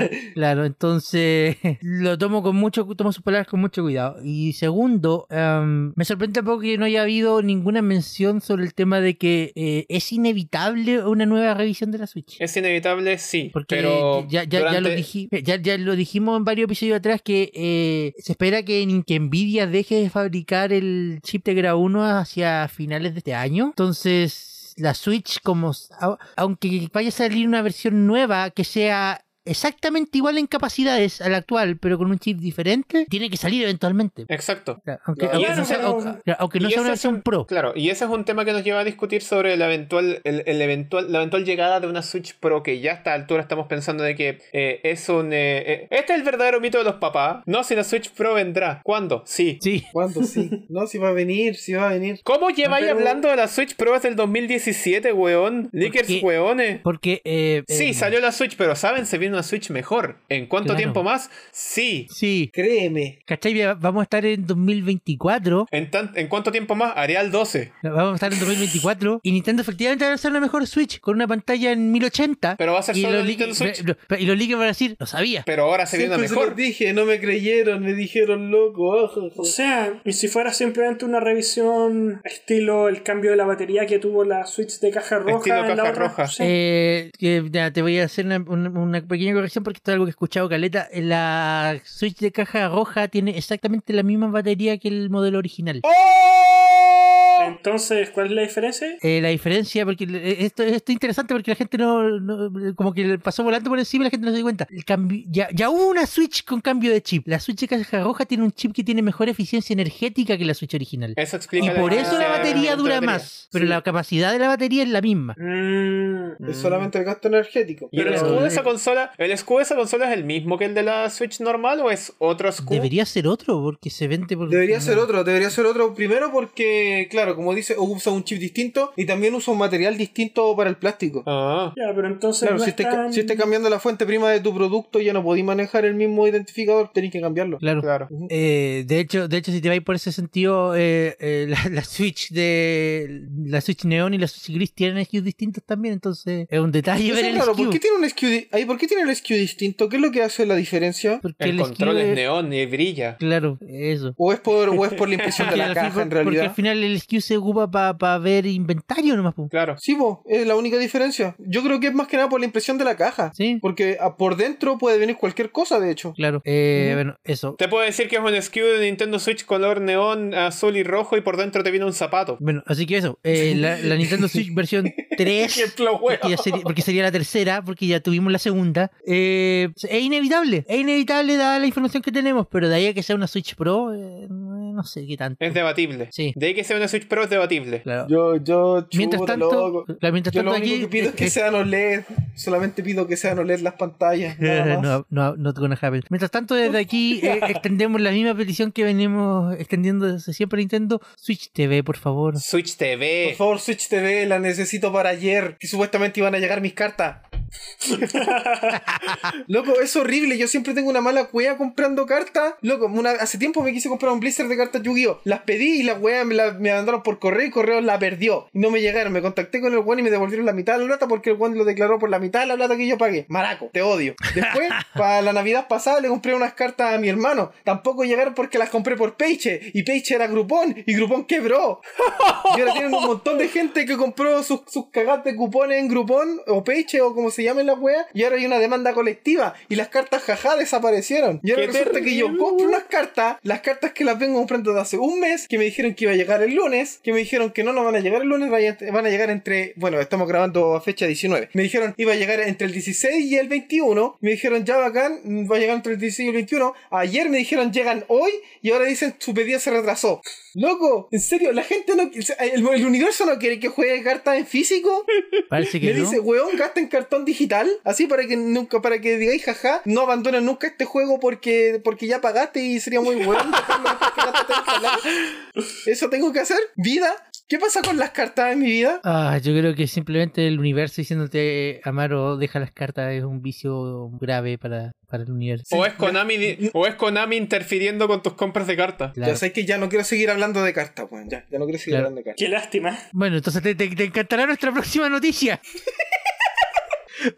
No. Claro, entonces *laughs* lo tomo con mucho, tomo sus palabras con mucho cuidado. Y segundo, em, me sorprende un poco que no haya habido ninguna mención sobre el tema de que eh, es inevitable una nueva revisión de la Switch. *laughs* Es inevitable, sí. Porque pero ya, ya- ya durante- lo diji- ya- ya lo dijimos en varios episodios atrás que eh, se espera que, en- que Nvidia deje de fabricar el chip de grado 1 hacia finales de este año. Entonces, la Switch, como s- au- aunque vaya a salir una versión nueva que sea exactamente igual en capacidades a la actual, pero con un chip diferente, tiene que salir eventualmente. Exacto. Claro, Aunque, Claro. aunque no sea, Claro. aunque- aunque no Y ese sea es una un- versión pro. Claro, y ese es un tema que nos lleva a discutir sobre la eventual, el, el eventual, la eventual llegada de una Switch Pro, que ya a esta altura estamos pensando de que eh, es un... eh, eh, este es el verdadero mito de los papás. No, si la Switch Pro vendrá. ¿Cuándo? Sí. Sí. ¿Cuándo? *laughs* Sí. No, si va a venir, si va a venir. ¿Cómo lleváis Pero- hablando de la Switch Pro desde el 2017, weón? Lickers, Porque- weones. Porque... eh, Sí, eh, salió la Switch, pero ¿saben? Se viene una Switch mejor. ¿En cuánto Claro. tiempo más? Sí. Sí. Créeme. ¿Cachai? Ya Vamos a estar en 2024 ¿En, tan- ¿En cuánto tiempo más? Arial 12. Vamos a estar en 2024 y Nintendo efectivamente va a ser la mejor Switch con una pantalla en 1080. Pero va a ser y solo los Nintendo leak- Switch. pero- pero- Y los leakers van a decir, lo sabía. Pero ahora se viene una Siempre se mejor. los dije, no me creyeron, me dijeron loco. ojo, ojo. O sea, y si fuera simplemente una revisión estilo el cambio de la batería que tuvo la Switch de caja roja. Estilo en la caja otra? roja. Sí. Eh, que, ya, te voy a hacer una, una- una pequeña corrección porque esto es algo que he escuchado, Caleta. La Switch de Oh. caja roja tiene exactamente la misma batería que el modelo original. Entonces, ¿cuál es la diferencia? Eh, la diferencia, porque eh, esto, esto es interesante porque la gente no, no- como que le pasó volando por encima y la gente no se dio cuenta. El cambi- ya, ya hubo una Switch con cambio de chip. La Switch de caja roja tiene un chip que tiene mejor eficiencia energética que la Switch original. Eso explica Y por eso la diferencia de batería rendimiento dura de batería. más, pero Sí. la capacidad de la batería es la misma. Mm, Es solamente el gasto energético. ¿Y el Pero- escudo de esa consola? ¿El escudo de esa consola es el mismo que el de la Switch normal o es otro escudo? Debería ser otro porque se vende por... Debería ser otro, debería ser otro primero porque, claro, como dice, usa un chip distinto y también usa un material distinto para el plástico. Ah. ya, pero entonces. Claro, no si este es estás tan- si estáis cambiando la fuente prima de tu producto, ya no podéis manejar el mismo identificador, tenéis que cambiarlo. Claro. Claro. Eh, de hecho, de hecho, si te vais por ese sentido, eh, eh, *laughs* la, la Switch de la Switch Neon y la Switch Gris tienen SKUs distintos también, entonces es un detalle Eso ver es el raro, SKU, ¿por qué tiene un SKU di- ahí, ¿por qué tiene el SKU distinto? ¿Qué es lo que hace la diferencia? porque El, SKU control es es- neón y brilla. Claro, eso. ¿O es por, o es por la impresión de Porque la al caja fin- en porque realidad? al final el SKU se ocupa para ver inventario nomás. po. Claro. Sí, po, es la única diferencia. Yo creo que es más que nada por la impresión de la caja. Sí. Porque ah, por dentro puede venir cualquier cosa, de hecho. Claro. Eh, Bueno, eso. Te puedo decir que es un SKU de Nintendo Switch color neón, azul y rojo y por dentro te viene un zapato. Bueno, así que eso. eh, la, la Nintendo *laughs* Switch versión *laughs* 3 Ejemplo, weón. porque, ya sería, porque sería la tercera, porque ya tuvimos la segunda. Eh, es inevitable, es inevitable dada la información que tenemos, pero de ahí a que sea una Switch Pro, eh, no sé qué tanto. Es debatible. Sí. De ahí que sea una Switch Pro es debatible. Claro. Yo, yo, chuta, mientras tanto, loco. claro, mientras Yo tanto lo único aquí, que pido es que eh, sean OLED. Solamente pido que sean OLED las *laughs* pantallas. nada eh, más. No, no, not gonna happen. Mientras tanto, desde aquí *laughs* eh, extendemos la misma petición que venimos extendiendo desde siempre a Nintendo. Switch TV, por favor. Switch TV. Por favor, Switch TV, la necesito para ayer, que supuestamente iban a llegar mis cartas. Loco, es horrible. Yo siempre tengo una mala cueva comprando cartas. Loco, una- hace tiempo me quise comprar un blister de cartas Yu-Gi-Oh! Las pedí y la wea me la me mandaron por correo y correo la perdió. Y no me llegaron. Me contacté con el weón y me devolvieron la mitad de la plata porque el weón lo declaró por la mitad de la plata que yo pagué. Maraco, te odio. Después, para la Navidad pasada, le compré unas cartas a mi hermano. Tampoco llegaron porque las compré por Peiche. Y Peiche era Groupon y Groupon quebró. Y ahora tienen un montón de gente que compró sus, sus cagadas de cupones en Groupon o Peiche o como se llamen las weas. Y ahora hay una demanda colectiva. Y las cartas jaja desaparecieron. Y ahora ¡Qué resulta que yo terrible, compro weón! unas cartas, las cartas que las vengo comprando de hace un mes, que me dijeron que iba a llegar el lunes, que me dijeron que no nos van a llegar el lunes, vaya- van a llegar entre. Bueno, estamos grabando a fecha 19. Me dijeron iba a llegar entre el 16 y el 21. Me dijeron ya bacán, mm, va a llegar entre el 16 y el 21. Ayer me dijeron llegan hoy y ahora dicen su pedido se retrasó. Loco, en serio, la gente no. El, el universo no quiere que juegue cartas en físico. Parece Me que no. dice, weón, gasta en cartón digital. Así para que nunca, para que digáis, jaja, no abandones nunca este juego porque, porque ya pagaste y sería muy *laughs* weón. dejarlo después que gastaste en jalar. Eso tengo que hacer. Vida. ¿Qué pasa con las cartas en mi vida? Ah, yo creo que simplemente el universo diciéndote, eh, Amaro, deja las cartas, es un vicio grave para, para el universo. o, es Konami, di- o es Konami interfiriendo con tus compras de cartas. Claro. Ya sé que ya no quiero seguir hablando de cartas, weón. Ya, ya no quiero seguir Claro. hablando de cartas. Qué lástima. Bueno, entonces te, te- te encantará nuestra *laughs* próxima noticia.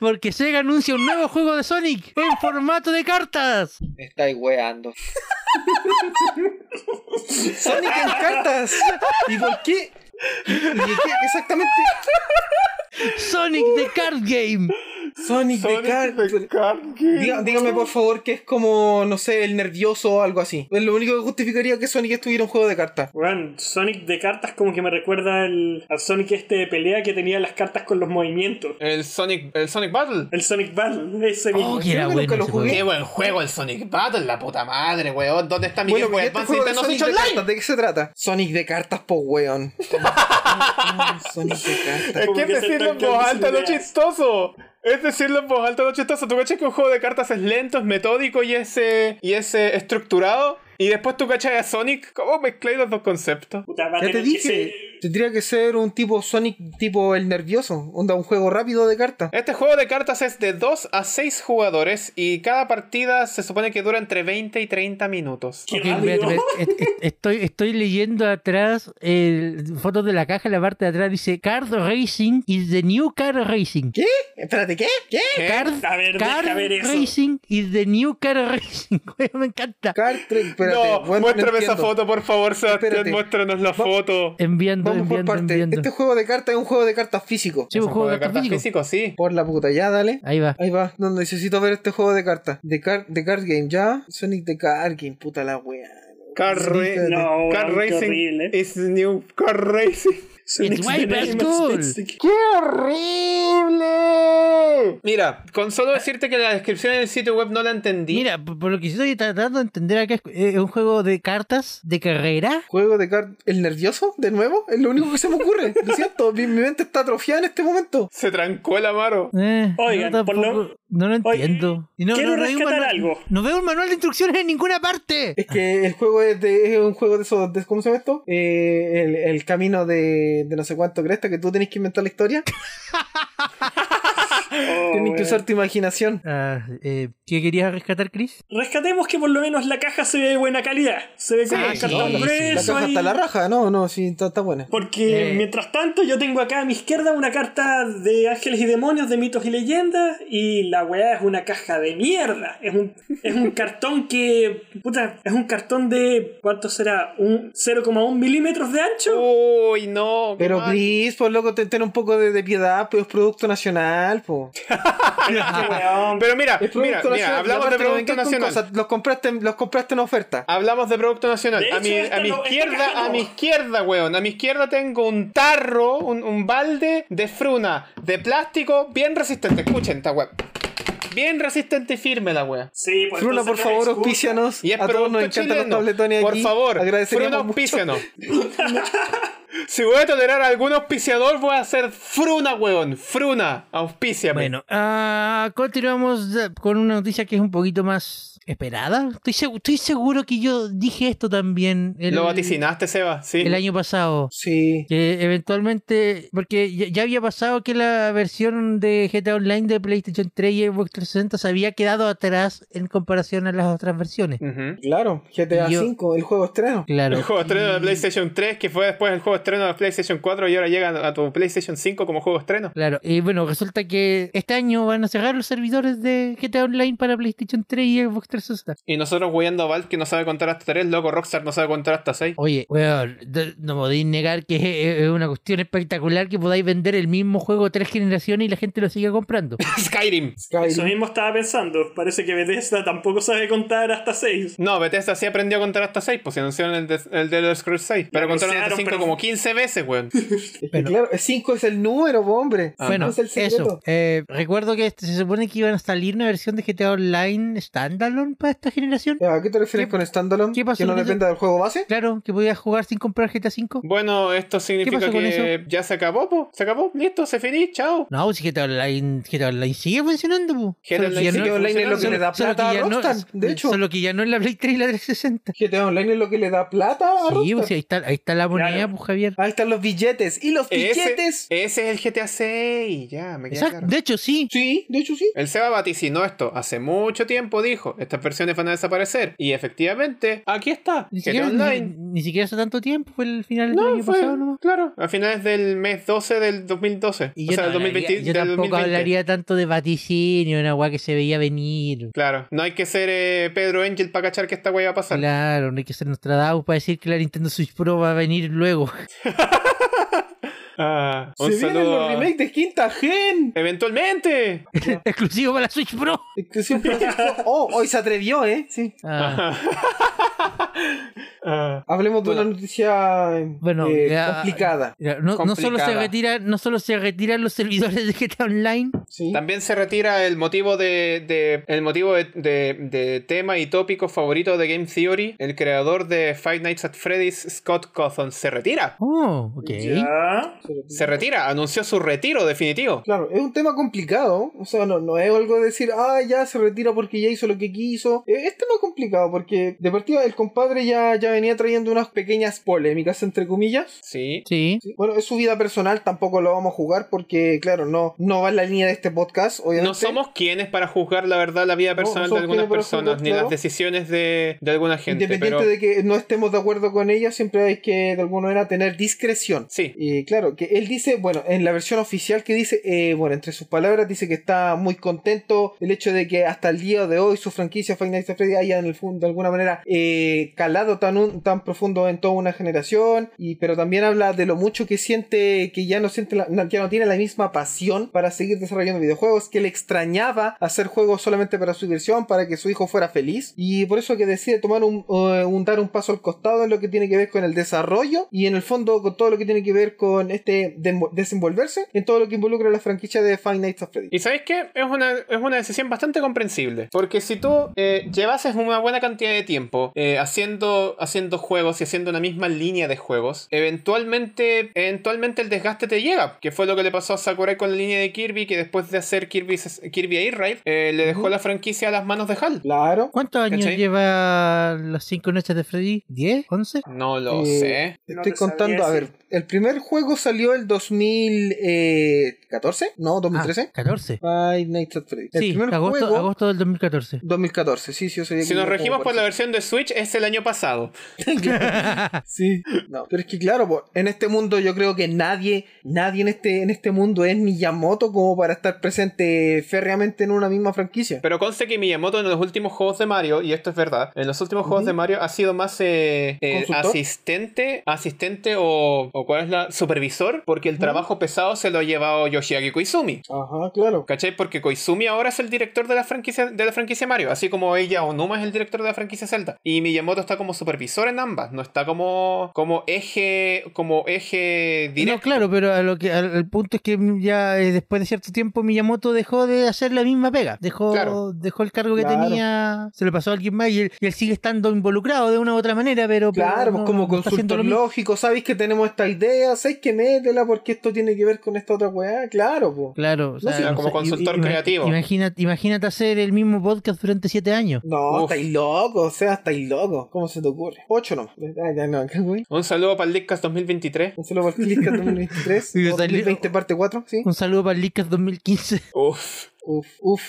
Porque Sega anuncia un nuevo juego de Sonic en formato de cartas. Estáis *laughs* weando. Sonic en cartas. ¿Y por qué? ¿Y, y de qué exactamente? Sonic de Card Game. Sonic, Sonic de cartas. the Card Game. Diga- dígame por favor que es como, no sé, el nervioso o algo así. Es lo único que justificaría que Sonic estuviera un juego de cartas. Weón, Sonic de cartas como que me recuerda al, al Sonic este de pelea que tenía las cartas con los movimientos. El Sonic, el Sonic Battle. El Sonic Battle, *laughs* ese mismo. Oh, que era creo que bueno. nunca lo ese jugué. juego. Qué buen juego el Sonic Battle, la puta madre, weón. ¿Dónde está mi Bueno, Game pues Boy ya este Advance juego de Nintendo Switch Sonic de Online? cartas, ¿de qué se trata? Sonic de cartas, po weón. *laughs* Sonic de cartas. Es Como que que es decirlo se en están voz quedando alta lo sin ideas. chistoso. Es decirlo en voz alta lo chistoso. ¿Tú cachas que un juego de cartas es lento, es metódico y es, eh, y es eh, estructurado? Y después tú cachas a Sonic. ¿Cómo mezcláis los dos conceptos? Puta, va a Ya te tener que ser- dije, tendría que ser un tipo Sonic, tipo el nervioso. Onda, un juego rápido de cartas. Este juego de cartas es de 2 a 6 jugadores y cada partida se supone que dura entre 20 y 30 minutos. Qué Ok, rápido. espérate, espérate, est- est- estoy, estoy leyendo atrás eh, fotos de la caja, la parte de atrás dice Card Racing is the new Card Racing. ¿Qué? Espérate, ¿qué? ¿Qué? Card, A ver, deja Card ver eso. Racing is the new Card Racing. *laughs* Güey, Me encanta. Cartre, espérate. no, weón, no muéstrame esa entiendo. foto, por favor, Sebastián. Espérate. Muéstranos la Va- foto. Enviando, Vamos por enviando, parte. enviando. Este juego de cartas es un juego de cartas físico. Sí, un ¿Es juego de cartas físico. físico, sí. Por la puta, ya dale. Ahí va. Ahí va, no necesito ver este juego de cartas. De, car de card game, ya. Sonic de card game, puta la wea. Car, ra- No, weón, car qué Racing horrible. is the new Car Racing. Sonic It's way the back Hedgehog cool. Mystic. *laughs* ¡Qué horrible! Mira, con solo decirte que la descripción en el sitio web no la entendí. Mira, por por lo que estoy tratando de entender acá, es eh, un juego de cartas de carrera. Juego de cartas. ¿El nervioso? ¿De nuevo? Es lo único que se me ocurre. Lo siento, mi, mi mente está atrofiada en este momento. se trancó el amaro. Eh, Oigan, no, por tampoco- lo- no lo Oye, entiendo. Y no, quiero no, no hay un rescatar *gasps* manual- algo. No veo un manual de instrucciones en ninguna parte. Es que el juego es, de, es un juego de esos. de- ¿Cómo se llama esto? Eh, el, el camino de, de no sé cuánto cresta que tú tenés que inventar la historia. Oh, Tienes que weón. usar tu imaginación. Ah, eh, ¿Qué querías rescatar, Chris? Rescatemos que por lo menos la caja se ve de buena calidad. Se Ah, ve con Sí, un cartón sí, sí. La grueso caja ahí. está la raja, no, no, sí, está, está buena. Porque Eh. mientras tanto yo tengo acá a mi izquierda una carta de ángeles y demonios, de mitos y leyendas, y la weá es una caja de mierda. Es un, es un cartón que... Puta, es un cartón de... ¿Cuánto será? Un 0,1 milímetros de *laughs* ancho. Uy, no. qué Pero mal. Chris, pues loco, ten, ten un poco de, de piedad, pues es producto nacional, pues. Qué weón. Pero mira, Es producto mira, mira, nacional, y hablamos de aparte no Producto vengáis con Nacional. Ah, cosas, los compraste, en- los compraste en oferta. Hablamos de Producto Nacional. De a mi, hecho, esta a mi no- esta caja izquierda, a no. mi izquierda, weón. A mi izquierda tengo un tarro, un, un balde de fruna de plástico bien resistente. Escuchen esta weón. Bien resistente y firme la weón. Sí, pues Fruna, por entonces no favor, es excusa. auspícianos. Y es A todos nos producto encantan los chileno. tabletones Por aquí. favor, Agradeceríamos Fruna mucho. auspícianos. *laughs* si voy a tolerar algún auspiciador, voy a hacer Fruna, weón. Fruna, auspicia. Bueno, ah, continuamos de- con una noticia que es un poquito más esperada. Estoy, segu- estoy seguro que yo dije esto también el, Lo vaticinaste, Seba, sí. el año pasado. Sí. Que eventualmente, porque ya, ya había pasado que la versión de GTA Online de PlayStation 3 y Xbox 360 se había quedado atrás en comparación a las otras versiones. Ujú. Claro, GTA Y yo- V, el juego estreno. Claro. El juego estreno de Y- PlayStation 3, que fue después el juego estreno de PlayStation 4 y ahora llega a tu PlayStation 5 como juego estreno. Claro, y bueno, resulta que este año van a cerrar los servidores de GTA Online para PlayStation 3 y Xbox 360. Y nosotros weyando a Valve que no sabe contar hasta 3, loco Rockstar no sabe contar hasta *laughs* 6. Oye, weón, de- no podéis negar que es- es una cuestión espectacular que podáis vender el mismo juego tres generaciones y la gente lo siga comprando. Skyrim. Eso Skyrim. mismo estaba pensando. Parece que Bethesda tampoco sabe contar hasta 6. No, Bethesda sí aprendió a contar hasta 6, pues se anunciaron el, de, el de los Scrolls 6. Pero contaron hasta anunciaron, 5 pero- como 15 veces, weón. Es que Claro, 5 es el número, po, hombre. Cinco Ah, bueno, es el eso. secreto. Eh, recuerdo que este- se supone que iban a salir una versión de GTA Online standalone para esta generación. Ya, ¿A qué te refieres ¿Qué- con Standalone? qué pasó ¿Que no con eso? dependa del juego base? Claro, que podías jugar sin comprar GTA 5. Bueno, esto significa pasó con que ya se acabó, po. Se acabó, listo, se finí, chao. No, pues si GTA Online, GTA Online sigue funcionando. po. GTA Solo que Online ya sigue no- Online es lo que solo- le da solo que plata a ya no- Rockstar, de hecho. Solo que ya no es la Play 3 y la 360. GTA Online es lo que le da plata a Sí, Rockstar. pues, sí, ahí, está, ahí está la moneda, Claro. pues Javier. Ahí están los billetes. ¿Y los Ese, billetes? ese es el GTA 6, ya, me queda Exacto, claro. De hecho, sí. Sí, de hecho sí. El Seba vaticinó esto hace mucho tiempo, dijo, estas versiones van a desaparecer. Y efectivamente, aquí está, Ni GTA siquiera, ni, Online. ni siquiera hace tanto tiempo, fue el final del No, año fue, pasado nomás. claro, a finales del mes 12 del 2012. Y o yo, sea, no del 2020, hablaría- yo del tampoco 2020. hablaría tanto de vaticinio, una weá que se veía venir. Claro, no hay que ser eh, Pedro Angel para cachar que esta wey va a pasar. Claro, no hay que ser Nostradamus para decir que la Nintendo Switch Pro va a venir luego. Ah, un Se vienen saludo. los a- remakes de Quinta *laughs* Gen. Eventualmente. *laughs* Exclusivo para la Switch Pro. Es que siempre- *laughs* oh, hoy se atrevió, ¿eh? Sí. Ah, Ah, Hablemos de Bueno. una noticia eh, Bueno, eh, ya- complicada. mira, no, no solo se Complicada. retira, no solo se retiran los servidores de GTA Online. Sí. También se retira el motivo de, de- el motivo de, de- de tema y tópico favorito de Game Theory. El creador de Five Nights at Freddy's, Scott Cawthon, se retira. Oh, ok. Ya. Se retira, anunció su retiro definitivo. Claro, es un tema complicado. O sea, no, no es algo de decir, ah, ya se retira porque ya hizo lo que quiso. Eh, Es tema complicado porque, de partida, el compadre ya, ya venía trayendo unas pequeñas polémicas, entre comillas. Sí. Sí. Sí. Bueno, es su vida personal, tampoco lo vamos a jugar porque, claro, no, no va en la línea de este podcast, obviamente. No somos quienes para juzgar la verdad la vida No, no personal de somos algunas quienes para personas, juzgar, ni claro. las decisiones de, de alguna gente. Independiente pero- de que no estemos de acuerdo con ella, siempre hay que de alguna manera tener discreción. Sí. Y claro, que él dice, bueno, en la versión oficial que dice, eh, bueno, entre sus palabras dice que está muy contento el hecho de que hasta el día de hoy su franquicia Final Nights at Freddy haya en el fondo de alguna manera eh, calado tan un- tan profundos en toda una generación, y, pero también habla de lo mucho que siente, que ya no siente, la- no- ya no tiene la misma pasión para seguir desarrollando videojuegos, que le extrañaba hacer juegos solamente para su diversión, para que su hijo fuera feliz, y por eso que decide tomar un, eh, un dar un paso al costado en lo que tiene que ver con el desarrollo y en el fondo con todo lo que tiene que ver con este dem- desenvolverse en todo lo que involucra la franquicia de Five Nights at Freddy's. Y sabes qué? Es una, es una decisión bastante comprensible. Porque si tú eh, llevases una buena cantidad de tiempo eh, haciendo, haciendo juegos y haciendo una misma línea de juegos, eventualmente, eventualmente el desgaste te llega. Que fue lo que le pasó a Sakurai con la línea de Kirby, que después de hacer Kirby, Kirby Air Ride, eh, le dejó la franquicia a las manos de HAL. Claro. ¿Cuántos años ¿Cachai? lleva las cinco noches de Freddy? ¿10? ¿11? No lo Eh, sé. Te No estoy te contando, sabría a ver, decir. el primer juego salió el 2014, no, 2013. Ah, 14. Five Nights at Freddy's. El Sí, primer agosto, juego, agosto del 2014. 2014, sí, sí, yo sabía Si que nos era como regimos por la parecido. versión de Switch, es el año pasado. Sí. No, pero es que claro, po, en este mundo yo creo que nadie, nadie en este, en este mundo es Miyamoto como para estar presente férreamente en una misma franquicia. Pero conste que Miyamoto en los últimos juegos de Mario, y esto es verdad, en los últimos juegos de Mario ha sido más eh, eh, ¿Consultor? asistente, asistente o, o cuál es la supervisor, porque el trabajo pesado se lo ha llevado Yoshiaki Koizumi. Ajá, claro. ¿Cachai? Porque Koizumi ahora es el director de la franquicia de la franquicia Mario, así como ella Onuma es el director de la franquicia Zelda. Y Miyamoto está como supervisor en ambas, no está como, como eje, como eje No, directo. claro, pero a lo que, al, al punto es que ya eh, después de cierto tiempo Miyamoto dejó de hacer la misma pega. Dejó, Claro. dejó el cargo que Claro. tenía, se lo pasó a alguien más y él, y él sigue estando involucrado de una u otra manera, pero. pero Claro, no- pues como no está haciendo consultor lo mismo. lógico, sabéis que tenemos esta idea, sabéis que métela porque esto tiene que ver con esta otra weá, claro, po. Claro, o sea, sí, no como sé, consultor ima- creativo. Imagínate, imagínate hacer el mismo podcast durante siete años. No, Uf. estáis locos, o sea, estáis locos. ¿Cómo se te ocurre? Ocho nomás. Ah, ya no, acá, güey. Un saludo para el Leadcast 2023. Un solo por *laughs* Click 2023. Y me salió- 2020 parte 4, sí. Un saludo para el Leadcast 2015. Uf. Uf, uf.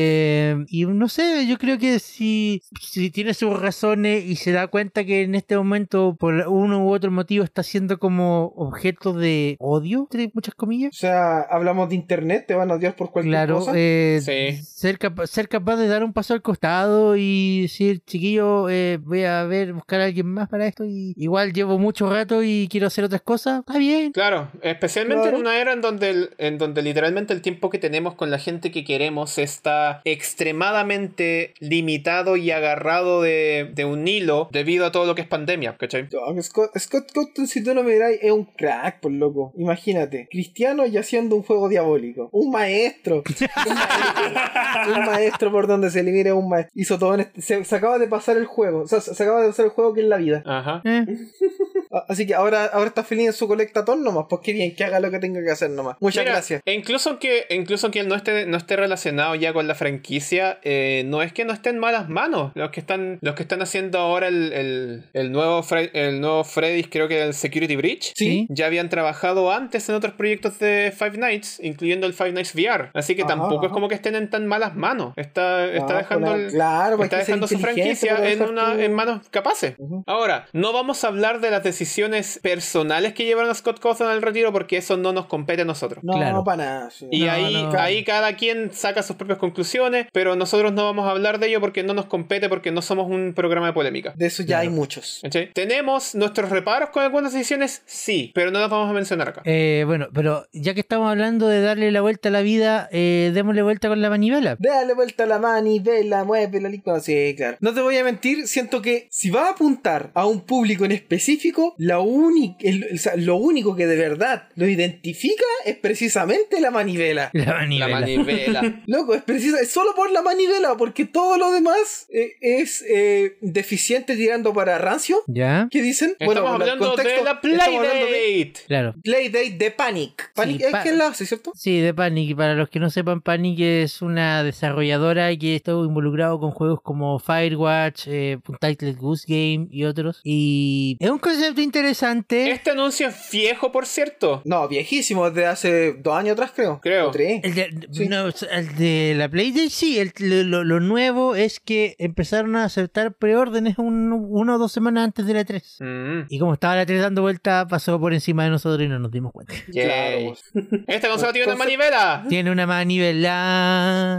Eh, y no sé, yo creo que si, si tiene sus razones y se da cuenta que en este momento por uno u otro motivo está siendo como objeto de odio, entre muchas O comillas. sea, hablamos de internet, te van a odiar por cualquier Claro, cosa. eh, Sí. ser, capa- ser capaz de dar un paso al costado y decir, chiquillo, eh, voy a ver, buscar a alguien más para esto y igual llevo mucho rato y quiero hacer otras cosas, está bien. Claro, especialmente Claro. en una era en donde, el- en donde literalmente el tiempo que tenemos con la gente que queremos está extremadamente limitado y agarrado de, de un hilo debido a todo lo que es pandemia, ¿cachai? Dog, Scott, Scott Cotton, si tú lo miráis, es un crack, por loco. Imagínate, Cristiano y haciendo un juego diabólico. Un maestro. un maestro. Un maestro por donde se le mire un maestro. Hizo todo en este- se, se acaba de pasar el juego. O sea, se, se acaba de pasar el juego que es la vida. Ajá. Eh, A- Así que ahora, ahora está feliz en su colectatón nomás. Pues qué bien, que haga lo que tenga que hacer nomás. Muchas Mira, gracias. e Incluso que, e incluso que él no esté, no esté relacionado ya con la franquicia, eh, no es que no esté en malas manos. Los que están, los que están haciendo ahora el, el, el nuevo Fre- el nuevo Freddy's, creo que el Security Breach. Sí. ya habían trabajado antes en otros proyectos de Five Nights, incluyendo el Five Nights VR. Así que Ajá, tampoco es Ah, ajá. como que estén en tan malas manos. Está, está Ah, dejando, claro, el- claro, está hay que ser dejando su inteligente franquicia para en, dejar una, tu- en manos capaces. Ujú. Ahora, no vamos a hablar de las decisiones personales que llevaron a Scott Cawthon al retiro porque eso no nos compete a nosotros. No, Claro. para nada. sí. Y No, ahí, no. ahí cada quien saca sus propias conclusiones, pero nosotros no vamos a hablar de ello porque no nos compete, porque no somos un programa de polémica. De eso ya hay muchos. ¿Cachai? ¿Tenemos nuestros reparos con algunas decisiones? Sí, pero no las vamos a mencionar acá. eh, bueno, pero ya que estamos hablando de darle la vuelta a la vida, eh, démosle vuelta con la manivela. Dale vuelta a la manivela, mueve la licuadora. Sí, claro. No te voy a mentir, siento que si va a apuntar a un público en específico, la única, el- o sea, lo único que de verdad lo identifica es precisamente la manivela. *laughs* La manivela. La *laughs* manivela. Loco, es precisa, es solo por la manivela, porque todo lo demás eh, es eh, deficiente tirando para rancio. ¿Ya? ¿Qué dicen? estamos bueno, el hablando contexto- de la estamos hablando de Playdate. Claro. Playdate de Panic. Panic Sí, es pa- que la hace, ¿cierto? Sí, de Panic. Para los que no sepan, Panic es una desarrolladora que está involucrado con juegos como Firewatch, eh, Untitled Goose Game y otros. Y es un concept concepto interesante. Este anuncio es viejo, por cierto. No, viejísimo, desde hace dos años atrás, creo. Creo. O tres. El de, Sí. no, el de la PlayStation, sí. el- lo, lo nuevo es que empezaron a aceptar preórdenes un- una o dos semanas antes de la 3. Mm. Y como estaba la 3 dando vuelta, pasó por encima de nosotros y no nos dimos cuenta. Yay. Esta consola Este tiene una Entonces- manivela. Tiene una *laughs* manivela.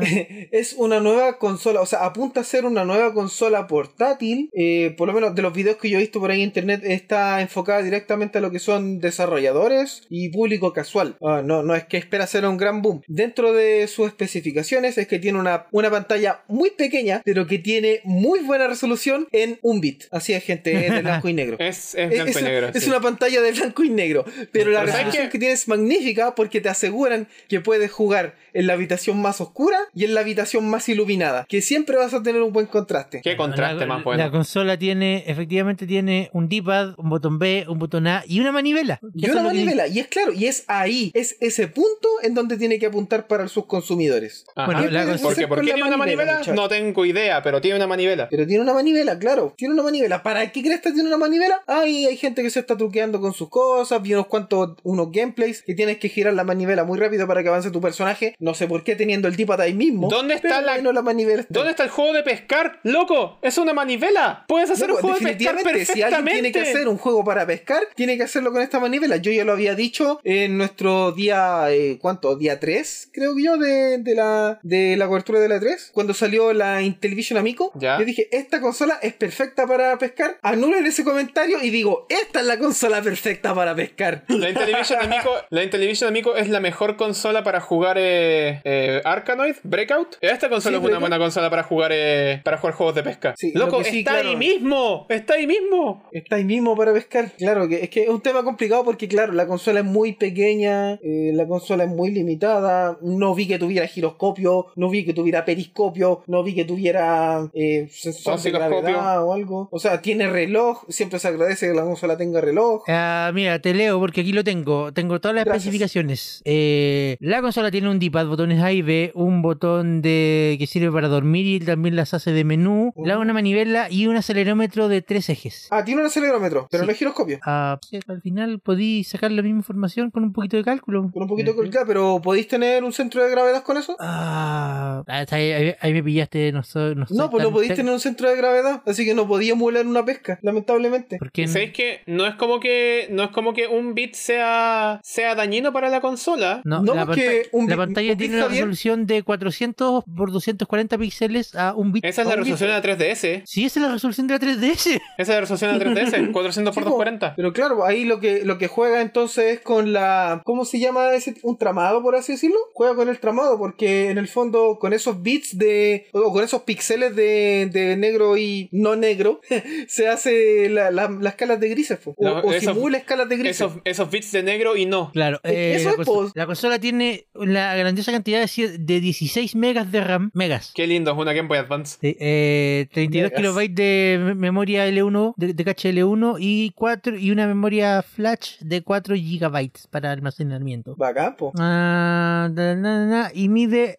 Es una nueva consola, o sea, apunta a ser una nueva consola portátil. eh, por lo menos de los videos que yo he visto por ahí en internet, está enfocada directamente a lo que son desarrolladores y público casual. Ah, no, no es que espera ser un gran boom. Dentro de sus especificaciones es que tiene una, una pantalla muy pequeña, pero que tiene muy buena resolución en un bit. Así es, gente, es de blanco y negro. Es, es Es- blanco es, y negro. Eh, es sí. una pantalla de blanco y negro, pero la Pero ¿sabes resolución qué? que tiene es magnífica porque te aseguran que puedes jugar en la habitación más oscura y en la habitación más iluminada, que siempre vas a tener un buen contraste. Qué contraste la, más La bueno. consola tiene, efectivamente, tiene un D-pad, un botón B, un botón A y una manivela. Y Eso una es lo que- manivela, y es claro, y es ahí, es ese punto en donde tiene que apuntar para sus consumidores. Ajá. Bueno, la puedes cosa- ¿Por hacer qué? ¿Por con qué la tiene una manivela? muchacho? No tengo idea, pero tiene una manivela. Pero tiene una manivela, claro, tiene una manivela. ¿Para qué crees que tiene una manivela? Ahí hay gente que se está truqueando con sus cosas, vi unos cuantos, unos gameplays que tienes que girar la manivela muy rápido para que avance tu personaje. No sé por qué teniendo el D-pad ahí mismo. ¿Dónde está pero la- bueno, manivela? está ¿Dónde está el juego de pescar? ¡Loco! ¡Es una manivela! ¡Puedes hacer No, un juego de pescar definitivamente, perfectamente! si alguien tiene que hacer un juego para pescar, tiene que hacerlo con esta manivela. Yo ya lo había dicho en nuestro día, eh, ¿cuánto? Día 3, creo que yo, de, de la, de la cobertura de la 3. Cuando salió la Intellivision Amico, Ya. yo dije, esta consola es perfecta para pescar. Anulen ese comentario y digo, esta es la consola perfecta para pescar. La Intellivision Amico, *laughs* la Intellivision Amico es la mejor consola para jugar eh, eh, Arkanoid, Breakout. Esta consola Sí, es una Breakout. buena consola para jugar eh, para jugar juegos de pesca. Sí, lo Loco, que sí, está ahí claro. mismo, está ahí mismo. Está ahí mismo para pescar. Claro, que es que es un tema complicado porque, claro, la consola es muy pequeña, eh, la consola es muy limitada. No vi que tuviera giroscopio, no vi que tuviera periscopio, no vi que tuviera eh, sensor de Osciloscopio. gravedad o algo. O sea, tiene reloj, siempre se agradece que la consola tenga reloj. Ah, mira, te leo porque aquí lo tengo. Tengo todas las Gracias. especificaciones. Eh, la consola tiene un D-pad, botones A y B, un botón de que sirve para dormir y también las hace de menú, Oh. la una manivela y un acelerómetro de tres ejes. Ah, tiene un acelerómetro, pero Sí. no es giroscopio. Ah, sí, al final podí sacar la misma información con un poquito de cálculo. Con un poquito de claro, pero ¿podéis tener un centro de gravedad con eso? Ah, ah, está ahí, ahí- ahí me pillaste, no soy, no, soy No, pues no tan podéis tec- tener un centro de gravedad, así que no podía emular una pesca, lamentablemente. ¿Por qué no? ¿Sabéis que no es como que no es como que un bit sea sea dañino para la consola? No, No, la, porque pantalla- un la bit- pantalla un tiene bit una está bien. resolución de 400 por 240 píxeles a un bit. Esa es a la un bit. resolución de la 3DS. Sí, esa es la resolución de la *laughs* 3DS. Esa es la resolución de la 3DS, *laughs* 400 Sí, por po. 240. Pero claro, ahí lo que, lo que juega entonces es con la. ¿Cómo se llama ese? ¿Un tramado, por así decirlo? Juega con el tramado, porque en el fondo, con esos bits de. o con esos píxeles de, de negro y no negro, *laughs* se hace la- la- las escalas de grises, po. o, No, o esos- simula escalas de grises. Esos, esos bits de negro y no. Claro, Es que eh, eso la, es, consola, pues. la consola tiene la grandiosa cantidad de, sie- de 16 megas de RAM, megas, Qué lindo, es una Game Boy Advance. Sí, eh, 32 Megas. kilobytes de me- memoria L1, de, de caché L1 y cuatro y una memoria flash de 4 gigabytes para almacenamiento. Bacán, po. Ah, na, na, na, y mide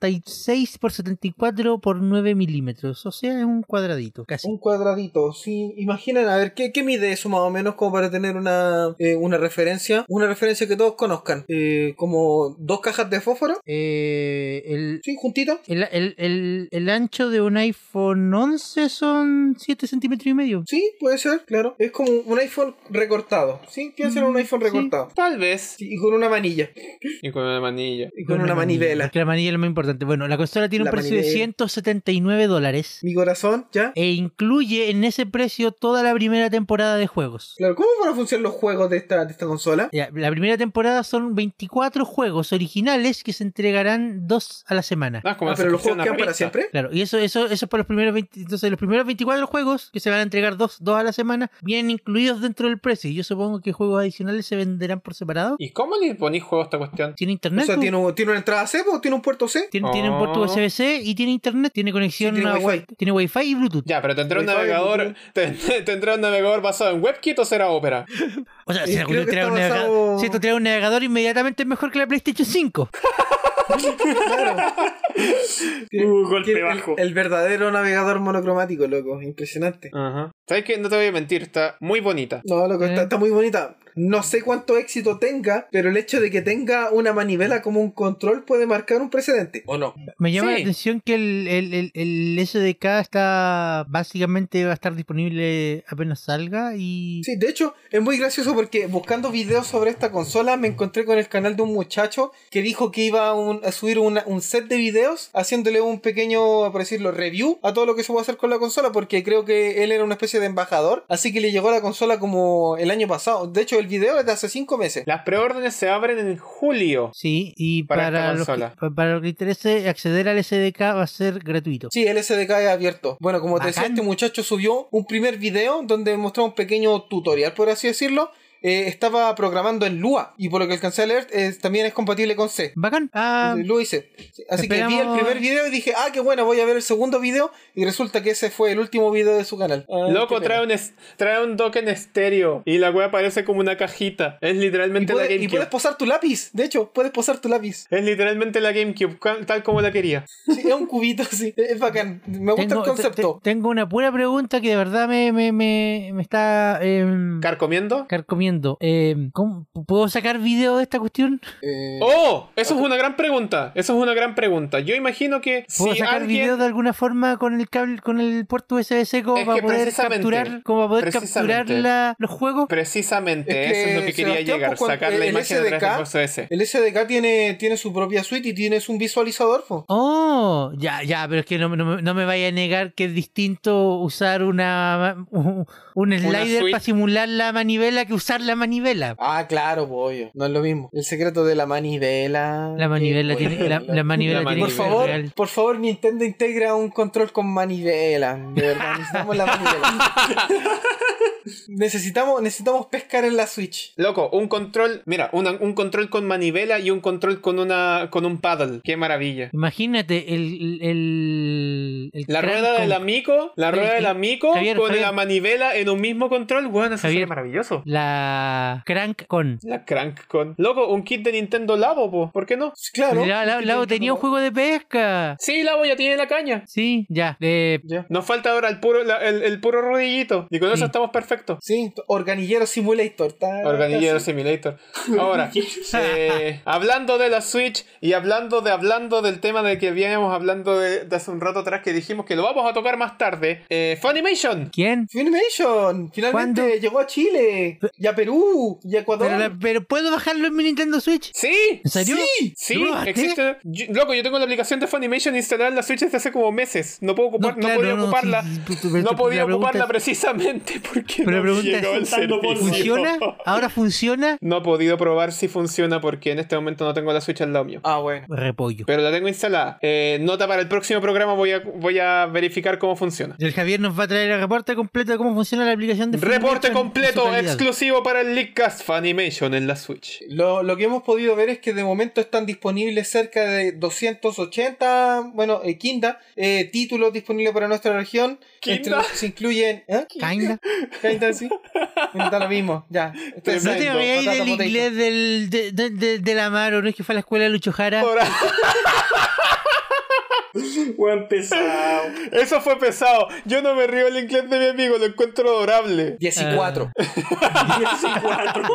76 por 74 por 9 milímetros, o sea, es un cuadradito, casi. Un cuadradito, sí. Imaginen, a ver, ¿qué, qué mide eso más o menos como para tener una, eh, una referencia? Una referencia que todos conozcan. Eh, como dos cajas de fósforo, Eh, el, sí, juntitas. el, el- el- el ancho de un iPhone 11 son 7 centímetros y medio. Sí, puede ser, claro. Es como un iPhone recortado. Sí, piensa en un iPhone sí. recortado. Tal vez. Sí, y con una manilla. Y con una manilla. Y con una manivela. Porque la manivela es lo más importante. Bueno, la consola tiene La un precio de manivela. 179 dólares. Mi corazón, ¿ya? E incluye en ese precio toda la primera temporada de juegos. Claro, ¿cómo van a funcionar los juegos de esta, de esta consola? Ya, La primera temporada son 24 juegos originales que se entregarán dos a la semana. No, es como Ah, la pero los suscripción juegos a quedan para revista. siempre. Claro, y eso, eso, eso es para los primeros 20 entonces los primeros 24 juegos que se van a entregar dos, dos a la semana vienen incluidos dentro del precio. Y yo supongo que juegos adicionales se venderán por separado. ¿Y cómo le ponís juego a esta cuestión? Tiene O internet. sea, po? ¿tiene, un- tiene una entrada C o tiene un puerto *laughs* C? Tiene, tiene un puerto Oh. USB-C y tiene internet, tiene conexión Sí, tiene a Wi-Fi. Wi- tiene wifi y Bluetooth. Ya, pero tendrá un Wi-Fi, navegador. *laughs* ten- Tendrá un navegador basado en WebKit o será Opera. O sea, Eh, si la creo que cuestión está un basado- navegador, si esto trae un navegador inmediatamente es mejor que la PlayStation 5. Claro. Tiene- Uh, golpe tiene el- bajo. El, verdadero navegador monocromático, loco. Impresionante. Ajá. ¿Sabes qué? No te voy a mentir, está, está muy bonita. No, loco, está, está muy bonita. No sé cuánto éxito tenga, pero el hecho de que tenga una manivela como un control puede marcar un precedente. ¿O no? Me llama la Sí. atención que el, el, el, el SDK está básicamente va a estar disponible apenas salga y Sí, de hecho, es muy gracioso porque buscando videos sobre esta consola me encontré con el canal de un muchacho que dijo que iba a, un- a subir una- un set de videos haciéndole un pequeño, por decirlo, review a todo lo que se puede hacer con la consola porque creo que él era una especie de embajador, así que le llegó la consola como el año pasado. De hecho, el video es de hace cinco meses. Las preórdenes se abren en julio. sí y Para para, esta los que, consola. pa- para los que interese acceder al SDK va a ser gratuito. Sí, el SDK es abierto. Bueno, como te decía, Bacán. este muchacho subió un primer video donde mostraba un pequeño tutorial, por así decirlo. Eh, estaba programando en Lua y por lo que alcancé a leer, eh, también es compatible con C. Bacán. Ah, Lo hice. Sí, Así que vi el esperamos- primer video y dije, ah, qué bueno, voy a ver el segundo video. Y resulta que ese fue el último video de su canal. Ah, Loco, qué trae pena. un, es- trae un dock en estéreo y la wea parece como una cajita. Es Y literalmente la puedes, y puedes GameCube. posar tu lápiz. De hecho, puedes posar tu lápiz. Es literalmente la GameCube, ca- tal como la quería. Sí, es un cubito, *laughs* sí. Es es bacán. Me gusta tengo, este- el te- concepto. te- tengo una pura pregunta que de verdad me, me, me, me está em, ¿Carcomiendo? carcomiendo. Em, ¿cómo- ¿Puedo sacar video de esta cuestión? Eh, ¡Oh! Eso es una gran pregunta. Eso es una gran pregunta. Yo imagino que ¿Puedo si sacar video alguien. de alguna forma con el cable, con el puerto USB-C como Es para que poder precisamente, capturar, como para poder capturar precisamente. la- los juegos? Precisamente, Es que, eso es lo que quería Sebastián, llegar, pues, cuando- sacar la el imagen de SDK del ese. El SDK tiene, tiene su propia suite y tienes un visualizador. po. Oh, ya, ya, pero es que no, no me- no me vaya a negar que es distinto usar una *laughs* un, un slider suite. para simular la manivela que usar la manivela. Ah, claro, pollo. No es lo mismo. El secreto de la manivela. La manivela Eh, *laughs* tiene, la, bueno, la manivela la tiene Por que ser favor, real. por favor, Nintendo integra un control con manivela. De verdad, necesitamos la manivela. *laughs* necesitamos, necesitamos pescar en la Switch. Loco, un control, mira, una- un control con manivela y un control con una con un paddle. Qué maravilla. Imagínate el, el, el La crank rueda del con- amigo, la el- rueda del el- amigo Javier, con Javier. la manivela en un mismo control, weón, eso Javier. sería maravilloso. la crank con. La crank con. Loco, un kit de Nintendo Labo, po. ¿por qué no? Sí, Claro. La, la- la- tenía un juego de pesca. Sí, Labo ya tiene la caña. Sí, ya. eh, Ya. Nos falta ahora el puro, la- el, el puro rodillito. Y con Sí. eso estamos perfectos. Sí, organillero simulator. ta- Organillero *laughs* sí. Simulator. Ahora, eh, hablando de la Switch y hablando de hablando del tema de que veníamos hablando de, de hace un rato atrás que dijimos que lo vamos a tocar más tarde. eh, Funimation. ¿Quién? Filmation, finalmente ¿Cuándo? llegó a Chile, y a Perú, y a Ecuador. Pero, la- pero puedo bajarlo en mi Nintendo Switch. Sí. ¿En serio? Sí, Sí, ¿Lo bajaste? existe. yo- loco, yo tengo la aplicación de Funimation instalada en la Switch desde hace como meses. No puedo ocupar, no, claro, podía no, sí, ocuparla. sí, pero- pero no la podía pregunta ocuparla es- precisamente *laughs* porque pero la no pregunta llegó es, el ¿usando polvo? servicio. ¿Funciona? ¿Ahora funciona? No he podido probar si funciona porque en este momento no tengo la Switch al lado mío. Ah, bueno. Repollo. Pero la tengo instalada. Eh, nota para el próximo programa voy a, voy a verificar cómo funciona. El Javier nos va a traer el reporte completo de cómo funciona la aplicación de Funimation Reporte en su completo calidad. exclusivo para el Leakcast Funimation en la Switch. Lo, lo que hemos podido ver es que de momento están disponibles cerca de 280, bueno, eh, Kinda, eh, títulos disponibles para nuestra región. Kinda. Entre los que se incluyen. ¿eh? *laughs* Kinda. Kinda, sí. Bueno, está lo mismo, ya. Ustedes No saben, te todo, vayas patata, del potato. inglés del, de, de, de- del Amaro, no es que fue a la escuela de Lucho Jara. Ahora, *laughs* Buen pesado. eso fue pesado. Yo no me río el inglés de mi amigo, lo encuentro adorable. 14. Ah. 14.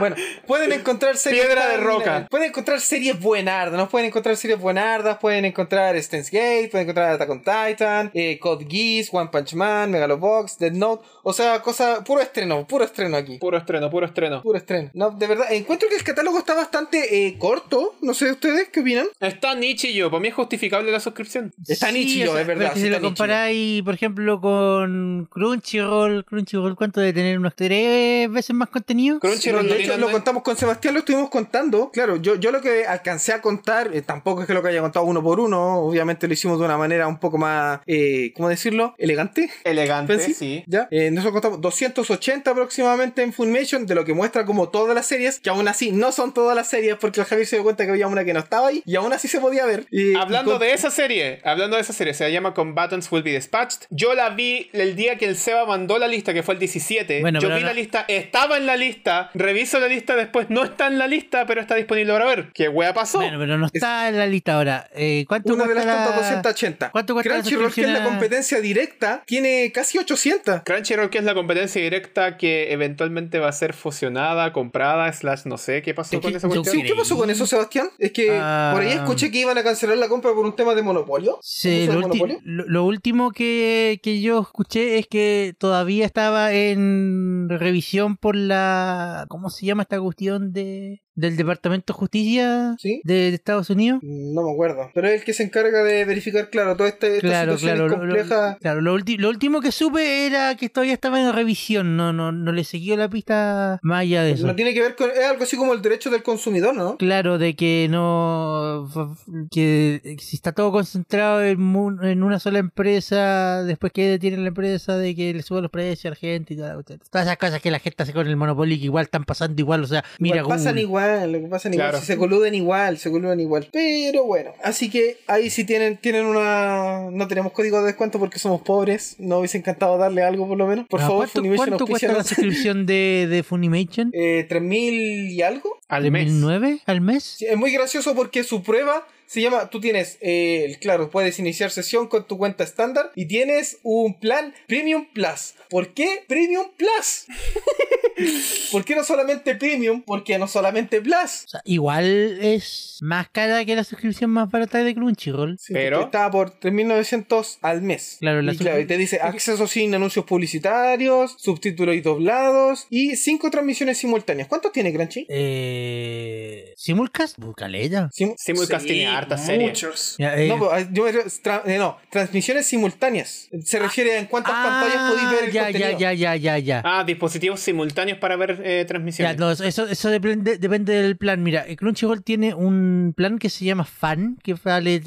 Bueno, pueden encontrar series. Piedra de tan- roca. Pueden encontrar series buenardas, ¿no? Pueden encontrar series buenardas, pueden encontrar Steins Gate, pueden encontrar Attack on Titan, eh, Code Geass, One Punch Man, Megalobox, Dead Note. O sea, cosa. Puro estreno, puro estreno aquí. Puro estreno, puro estreno. Puro estreno. No, de verdad, encuentro que el catálogo está bastante eh, corto. No sé ustedes qué opinan. Está Nichillo, para mí es justificable la suscripción. Está Sí, Nichillo, o sea, es verdad, pero que sí si lo está Nichillo. comparáis, por ejemplo, con Crunchyroll, Crunchyroll, ¿cuánto debe tener? ¿Unos tres veces más contenido? Crunchyroll no de hecho, tiene lo online. contamos con Sebastián, lo estuvimos contando. Claro, yo, yo lo que alcancé a contar, eh, tampoco es que lo que haya contado uno por uno. Obviamente lo hicimos de una manera un poco más, eh, ¿cómo decirlo? Elegante. Elegante, Fancy. sí. ¿Ya? Eh, nosotros contamos 280 aproximadamente en Funimation, de lo que muestra como todas las series, que aún así no son todas las series, porque el Javier se dio cuenta que había una que no estaba ahí, y aún así se podía ver. Y- y Hablando con- de esa serie, hablando de esa serie, se llama Combatants Will Be Dispatched. Yo la vi el día que el Seba mandó la lista, que fue el 17. Bueno, Yo pero vi ahora- la lista, estaba en la lista, reviso la lista después, no está en la lista, pero está disponible para ver. ¿Qué wea pasó? Bueno, pero no está en la lista ahora. Eh, ¿Cuánto Una de las cuesta tantas la- 280. ¿Cuánto cuesta la Crunchyroll, que es la suscripción a- competencia directa, tiene casi 800. Crunchyroll, que es la competencia directa que eventualmente va a ser fusionada, comprada, slash, no sé qué pasó Es con que esa yo cuestión. Sí, ¿Qué pasó con eso, Sebastián? Es que Ah. por ahí escuché que iban a cancelar la compra por un tema de monopolio. ¿Abuso Sí, de lo, ulti- monopolio? lo- lo último que, que yo escuché es que todavía estaba en revisión por la... ¿Cómo se llama esta cuestión de, del Departamento de Justicia Sí. de, de Estados Unidos? No me acuerdo. Pero es el que se encarga de verificar, claro, toda esta, esta Claro, situación claro, lo, lo- compleja. claro lo, ulti- lo último que supe era que todavía estaba en revisión, no, no, no le siguió la pista más allá de eso. No tiene que ver con. Es algo así como el derecho del consumidor, ¿no? Claro, de que no. que eh, si está todo concentrado en, mu- en una sola empresa, después que detienen la empresa, de que le suban los precios a la gente y toda la cuestión. Todas esas cosas que la gente hace con el monopolio y que igual están pasando igual, o sea, mira, Igual pasan Google. igual, lo que pasan igual, Claro. si se coluden igual, se coluden igual. Pero bueno, así que ahí sí tienen tienen una no tenemos código de descuento porque somos pobres, no hubiese encantado darle algo por lo menos. Por Ah, favor, ¿cuánto, Funimation cuánto cuesta la auspícianos. suscripción de, de Funimation? eh 3000 y algo. Al ¿De mes. 1009 al mes? Sí, es muy gracioso porque su prueba se llama, tú tienes, eh, claro, puedes iniciar sesión con tu cuenta estándar y tienes un plan Premium Plus. ¿Por qué Premium *laughs* Plus? ¿Por qué no solamente Premium? ¿Por qué no solamente Plus? O sea, igual es más cara que la suscripción más barata de Crunchyroll. Sí, Pero- porque Estaba por 3.900 al mes. Claro, la y, claro, sub- y te dice acceso sin anuncios publicitarios, subtítulos y doblados y cinco transmisiones simultáneas. ¿Cuántos tiene Crunchy? Eh, Simulcast, búscale ya. Sim- Simulcast tiene hartas series. Muchos. Ya, eh, no, pues, ah, yo me refiero- tra- eh, no, transmisiones simultáneas. Se refiere a en cuántas pantallas podéis ver el Ah. ya, contenido. ya, ya, ya, ya, ya. Ah, dispositivos simultáneos para ver eh, Ya, transmisiones. no, eso, eso depende, depende del plan. Mira, eh, Crunchyroll tiene un plan que se llama Fan, que vale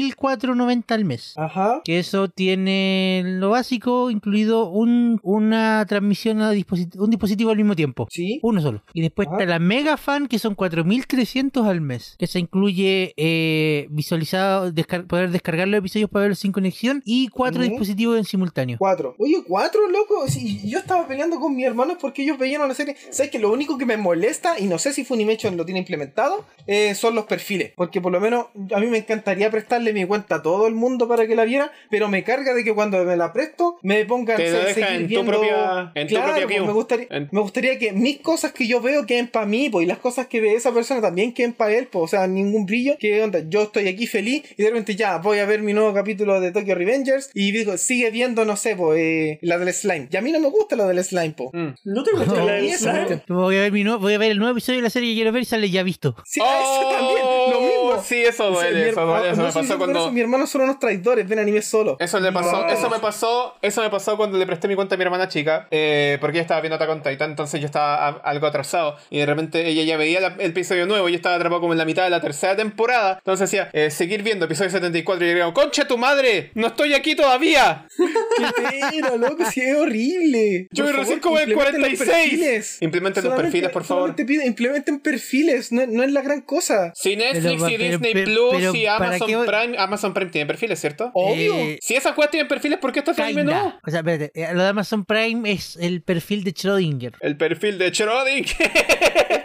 3.490 al mes. Ajá. Que eso tiene lo básico, incluido un, una transmisión a disposit- un dispositivo al mismo tiempo. Sí. Uno solo. Y después Ajá. está la Mega Fan, que son 4.300 al mes. Que se incluye eh, visualizado, descar- poder descargar los episodios para verlos sin conexión y cuatro Ujú. dispositivos en simultáneo. Cuatro. Oye, cuatro, loco. Sí, yo estaba peleando con mis hermanos porque ellos veían una serie. ¿Sabes que Lo único que me molesta, y no sé si Funimation lo tiene implementado, eh, son los perfiles. Porque por lo menos a mí me encantaría prestarle mi cuenta a todo el mundo para que la viera, pero me carga de que cuando me la presto me pongan Te lo se- deja en tu propia- en tu Claro, propia pues, view. me, gustaría, En- me gustaría que mis cosas que yo veo queden para mí, pues, y las cosas que ve esa persona también queden para él, pues, o sea, ningún brillo. ¿Qué onda? Yo estoy aquí feliz y de repente ya voy a ver mi nuevo capítulo de Tokyo Revengers y digo, sigue viendo, no sé, pues, eh, la del slime. Y a mí no me gusta la del slime, po. Mm. ¿No te gusta la Y del esa cuestión. slime? Voy a, ver mi nuevo- voy a ver el nuevo episodio de la serie que quiero ver y sale ya visto. Sí, a eso también, lo mismo. Oh, Sí, eso O sea, duele, mi eso herma- duele, eso no me sé si pasó por eso, cuando... Mi hermano son unos traidores, ven anime solo. Eso le pasó, No. eso me pasó, eso me pasó cuando le presté mi cuenta a mi hermana chica, eh, porque ella estaba viendo Attack on Titan, entonces yo estaba a- algo atrasado y de repente ella ya veía la- el episodio nuevo, yo estaba atrapado como en la mitad de la tercera temporada, entonces decía, eh, seguir viendo episodio 74 y yo le digo, concha tu madre, no estoy aquí todavía, Qué pena, loco, sí es horrible. yo voy Por recién favor, como en el implementen los 46. perfiles. Implementen los Solamente- perfiles, por favor. solamente pide- implementen perfiles, no, no es la gran cosa. Si Netflix Pero- y pero- Disney pero- Plus pero y ¿para Amazon qué voy? Prime, Amazon Prime tiene perfiles, ¿cierto? Obvio. Eh, Si esas cosas tienen perfiles, ¿por qué estos anime no? Kinda. O sea, espérate, eh, lo de Amazon Prime es el perfil de Schrödinger. El perfil de Schrödinger.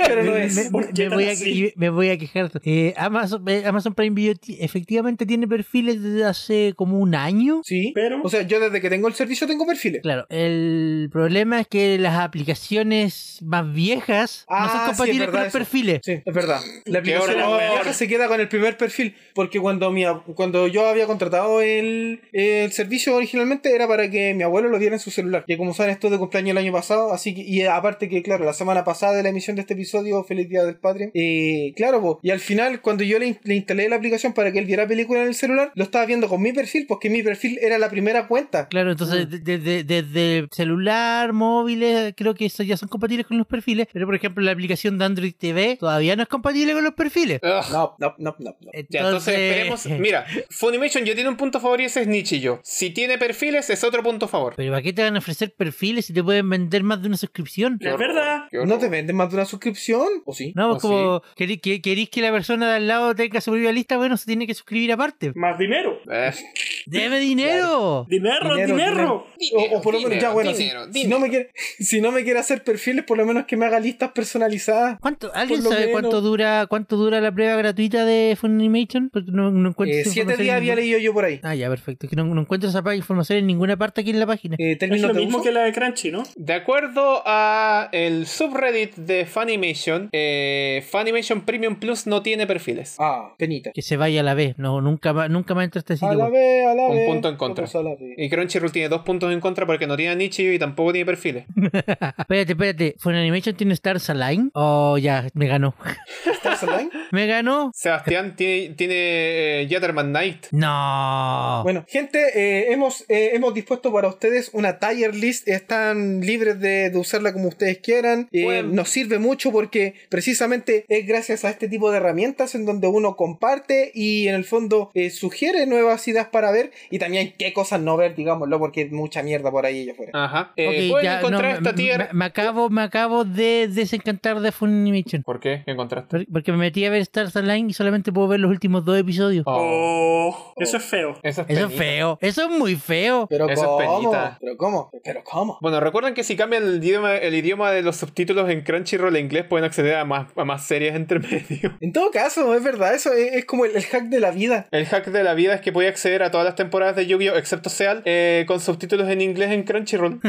pero no Me- es. me, ¿Por me- qué me tan voy a, así? y me voy a quejar. Eh, Amazon, eh, Amazon Prime Video ti- efectivamente tiene perfiles desde hace como un año. Sí, Pero- O sea, yo desde que tengo el servicio tengo perfiles. Claro, el problema es que las aplicaciones más viejas Ah, no sí, son es compatibles verdad con los eso. perfiles. Sí, es verdad. La aplicación horror. vieja se queda con el primer perfil. Porque cuando mi ab- cuando yo había contratado el, el servicio originalmente era para que mi abuelo lo viera en su celular. Que como saben, esto es de cumpleaños el año pasado. Así que, y aparte que, claro, la semana pasada de la emisión de este episodio, Feliz Día del Padre. Eh, claro, po, y al final, cuando yo le, in- le instalé la aplicación para que él viera película en el celular, lo estaba viendo con mi perfil, porque mi perfil era la primera cuenta. Claro, Mm. entonces de- de- de- desde celular, móviles, creo que eso ya son compatibles con los perfiles. Pero por ejemplo, la aplicación de Android TV todavía no es compatible con los perfiles. *laughs* Ugh. No, no, no, no. no. Entonces, Ya, entonces *laughs* esperemos. *laughs* Mira, Funimation ya tiene un punto a favor y ese es Nichillo. Si tiene perfiles, es otro punto a favor. Pero ¿para qué te van a ofrecer perfiles si te pueden vender más de una suscripción? Es verdad. Qué horror. ¿No pues te venden más de una suscripción? ¿O sí? No, pues Oh, como querí- que- querís que la persona de al lado tenga tenga su propia lista, bueno, se tiene que suscribir aparte. Más dinero. Eh, *laughs* ¡Debe dinero! Dinero, dinero. Dinero, dinero. O, o por lo menos, ya, bueno, si- dinero, si, dinero. no me quiere, si no me quiere hacer perfiles, por lo menos que me haga listas personalizadas. ¿Cuánto, ¿Alguien Por lo sabe menos. cuánto dura cuánto dura la prueba gratuita de Funimation? Porque no, no encuentro Eh, esa siete información días en había ningún- leído yo por ahí. Ah, ya, perfecto. Que no, no encuentro esa pa- información en ninguna parte aquí en la página. Eh, Es término lo de mismo uso. que la de Crunchy, ¿no? De acuerdo a el subreddit de Funimation, eh, Funimation Premium Plus no tiene perfiles. Ah, penita. Que se vaya a la vez. No, nunca más, nunca más entro a este A sitio. la web. vez, a la Un vez. punto en contra. Vamos a la vez. Y Crunchyroll tiene dos puntos en contra porque no tiene nicho y tampoco tiene *laughs* perfiles. Espérate, espérate. ¿Funimation tiene Stars Align? Oh, ya, me ganó. *laughs* ¿Stars Align? ¿Me ganó? Sebastián tiene, tiene eh, Yatterman Knight. Ah. No. Pues, Bueno, gente, eh, hemos, eh, hemos dispuesto para ustedes una tier list. Están libres de, de usarla como ustedes quieran. Eh, Bueno. Nos sirve mucho porque precisamente es gracias a este tipo de herramientas en donde uno comparte y en el fondo eh, sugiere nuevas ideas para ver y también qué cosas no ver, digámoslo, porque hay mucha mierda por ahí allá afuera. Ajá. Eh, Ok, pueden ya, no, encontrar me- esta tier. me, me acabo, me acabo de desencantar de Funimation. ¿Por qué? ¿Qué encontraste? Por- Porque me metí a ver Stars Align y solamente puedo ver los últimos dos episodios. Oh, Oh, eso es feo. eso es Eso es penita. feo. Eso es muy feo. Pero Eso es ¿cómo? penita. Pero ¿cómo? Pero ¿cómo? Bueno, recuerden que si cambian el idioma, el idioma de los subtítulos en Crunchyroll en inglés pueden acceder a más, a más series *laughs* entre medio. En todo caso, es verdad, eso es, es como el, el hack de la *laughs* vida. El hack de la vida es que puede acceder a todas las temporadas de Yu-Gi-Oh! excepto Seal eh, con subtítulos en inglés en Crunchyroll. *laughs*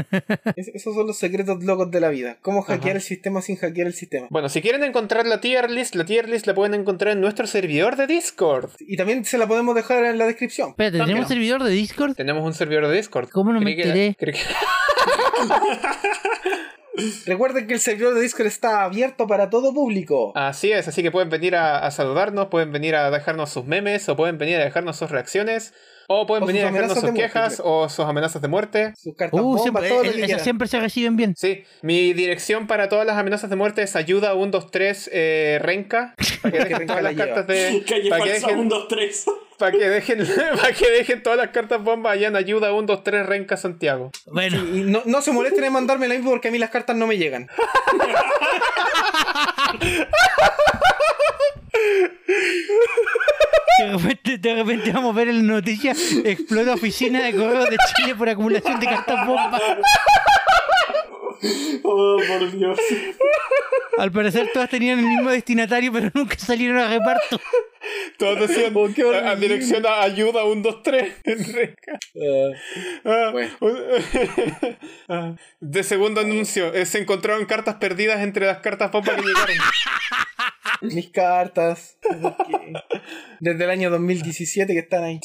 Es- esos son los secretos locos de la vida. Cómo hackear el sistema sin hackear el sistema. bueno, si quieren encontrar la tier list, la tier list la pueden encontrar en nuestro servidor de Discord. Y también se la podemos dejar en la descripción. Espérate, También. ¿tenemos servidor de Discord? Tenemos un servidor de Discord. ¿Cómo no me Creí que- enteré? creí que- Recuerden que el servidor de Discord está abierto para todo público. Ah. Así es, así que pueden venir a, a saludarnos, pueden venir a dejarnos sus memes, o pueden venir a dejarnos sus reacciones, o pueden O sus venir a dejarnos amenazas sus de muerte, quejas o sus amenazas de muerte. Sus cartas Uh, bomba, siempre, todo lo eh, que esas quieran. siempre se reciben bien. Sí, mi dirección para todas las amenazas de muerte es ayuda 123 eh, renca. Para *laughs* que dejen Renca todas la las lleva. cartas de. Calle Oh. Para *laughs* que falsa, dejen, 1, 2, 3. para que dejen, *laughs* para que dejen todas las cartas bomba allá en ayuda 123 renca Santiago. Bueno, Y no, no se molesten en mandarme la info porque a mí las cartas no me *laughs* llegan. de repente, de repente vamos a ver en la noticia explota oficina de correos de Chile por acumulación de cartas bomba. *laughs* Oh, por Dios. Al parecer todas tenían el mismo destinatario, pero nunca salieron a reparto. *laughs* Todos decían a, a dirección a ayuda 123 *laughs* en renca. Ah, un- *laughs* Ah, de segundo anuncio, eh, se encontraron cartas perdidas entre las cartas bomba que llegaron. Mis cartas. ¿por qué? Desde el año 2017 que están ahí.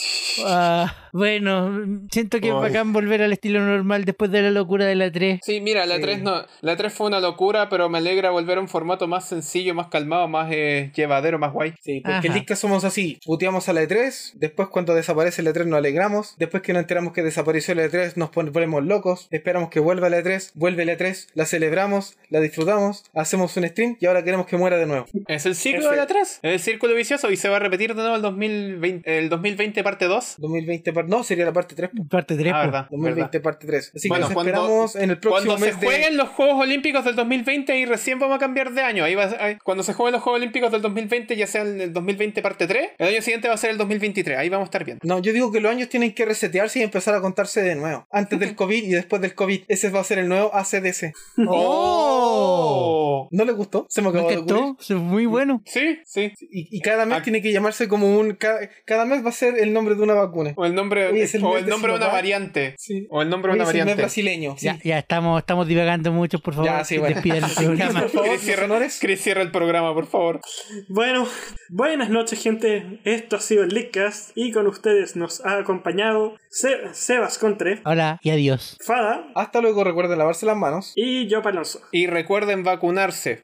Ah, bueno, siento que es Ay. bacán volver al estilo normal después de la locura de la 3. *laughs* Sí, mira, la 3 no, la 3 fue una locura, pero me alegra volver a un formato más sencillo, más calmado, más eh, llevadero, más guay. Sí, porque Ajá. el dicta somos así. Puteamos a la E3, después cuando desaparece la E3 nos alegramos, después que nos enteramos que desapareció la E3 nos pon- ponemos locos, esperamos que vuelva la E3, vuelve la E3, la celebramos, la disfrutamos, hacemos un stream y ahora queremos que muera de nuevo. Es el ciclo Ese- de la 3, es el círculo vicioso y se va a repetir de nuevo el 2020, el 2020 parte 2. 2020 par- no, sería la parte 3. po. Parte 3. Ah, verdad, 2020 verdad. parte 3. Así Bueno, que nos cuando- esperamos en el próximo Cuando se mes de- jueguen los Juegos Olímpicos del 2020 y recién vamos a cambiar de año. Ahí va, a- ahí- cuando se jueguen los Juegos Olímpicos del 2020, ya sea el 2020 parte 3, el año siguiente va a ser el 2023. Ahí vamos a estar *laughs* bien. No, yo digo que los años tienen que resetearse y empezar a contarse de nuevo. Antes del COVID y después del COVID. Ese va a ser el nuevo ACDC. ¡Oh! ¿No le gustó? Se me Me acabó de ocurrir. encantó, eso es muy bueno. Sí, sí. Y, y cada mes Ah. tiene que llamarse como un... ca- Cada, mes va a ser el nombre de una vacuna. O el nombre, Oye, es el o mes el de nombre de una Sinovac. variante. Sí. O el nombre de Oye, una es el mes variante. brasileño. sí. Ya, ya estamos, estamos divagando mucho, por favor. Ya, *laughs* sí, que bueno. despidan el programa. Por favor, Chris, los cierra, honores. Chris, cierra el programa, por favor. Bueno, buenas noches, gente. Esto ha sido el Leakcast y con ustedes nos ha acompañado Se- Sebas Contre, Hola y adiós. Fada Hasta luego, recuerden lavarse las manos. y yo, Palonso. Y recuerden vacunarse.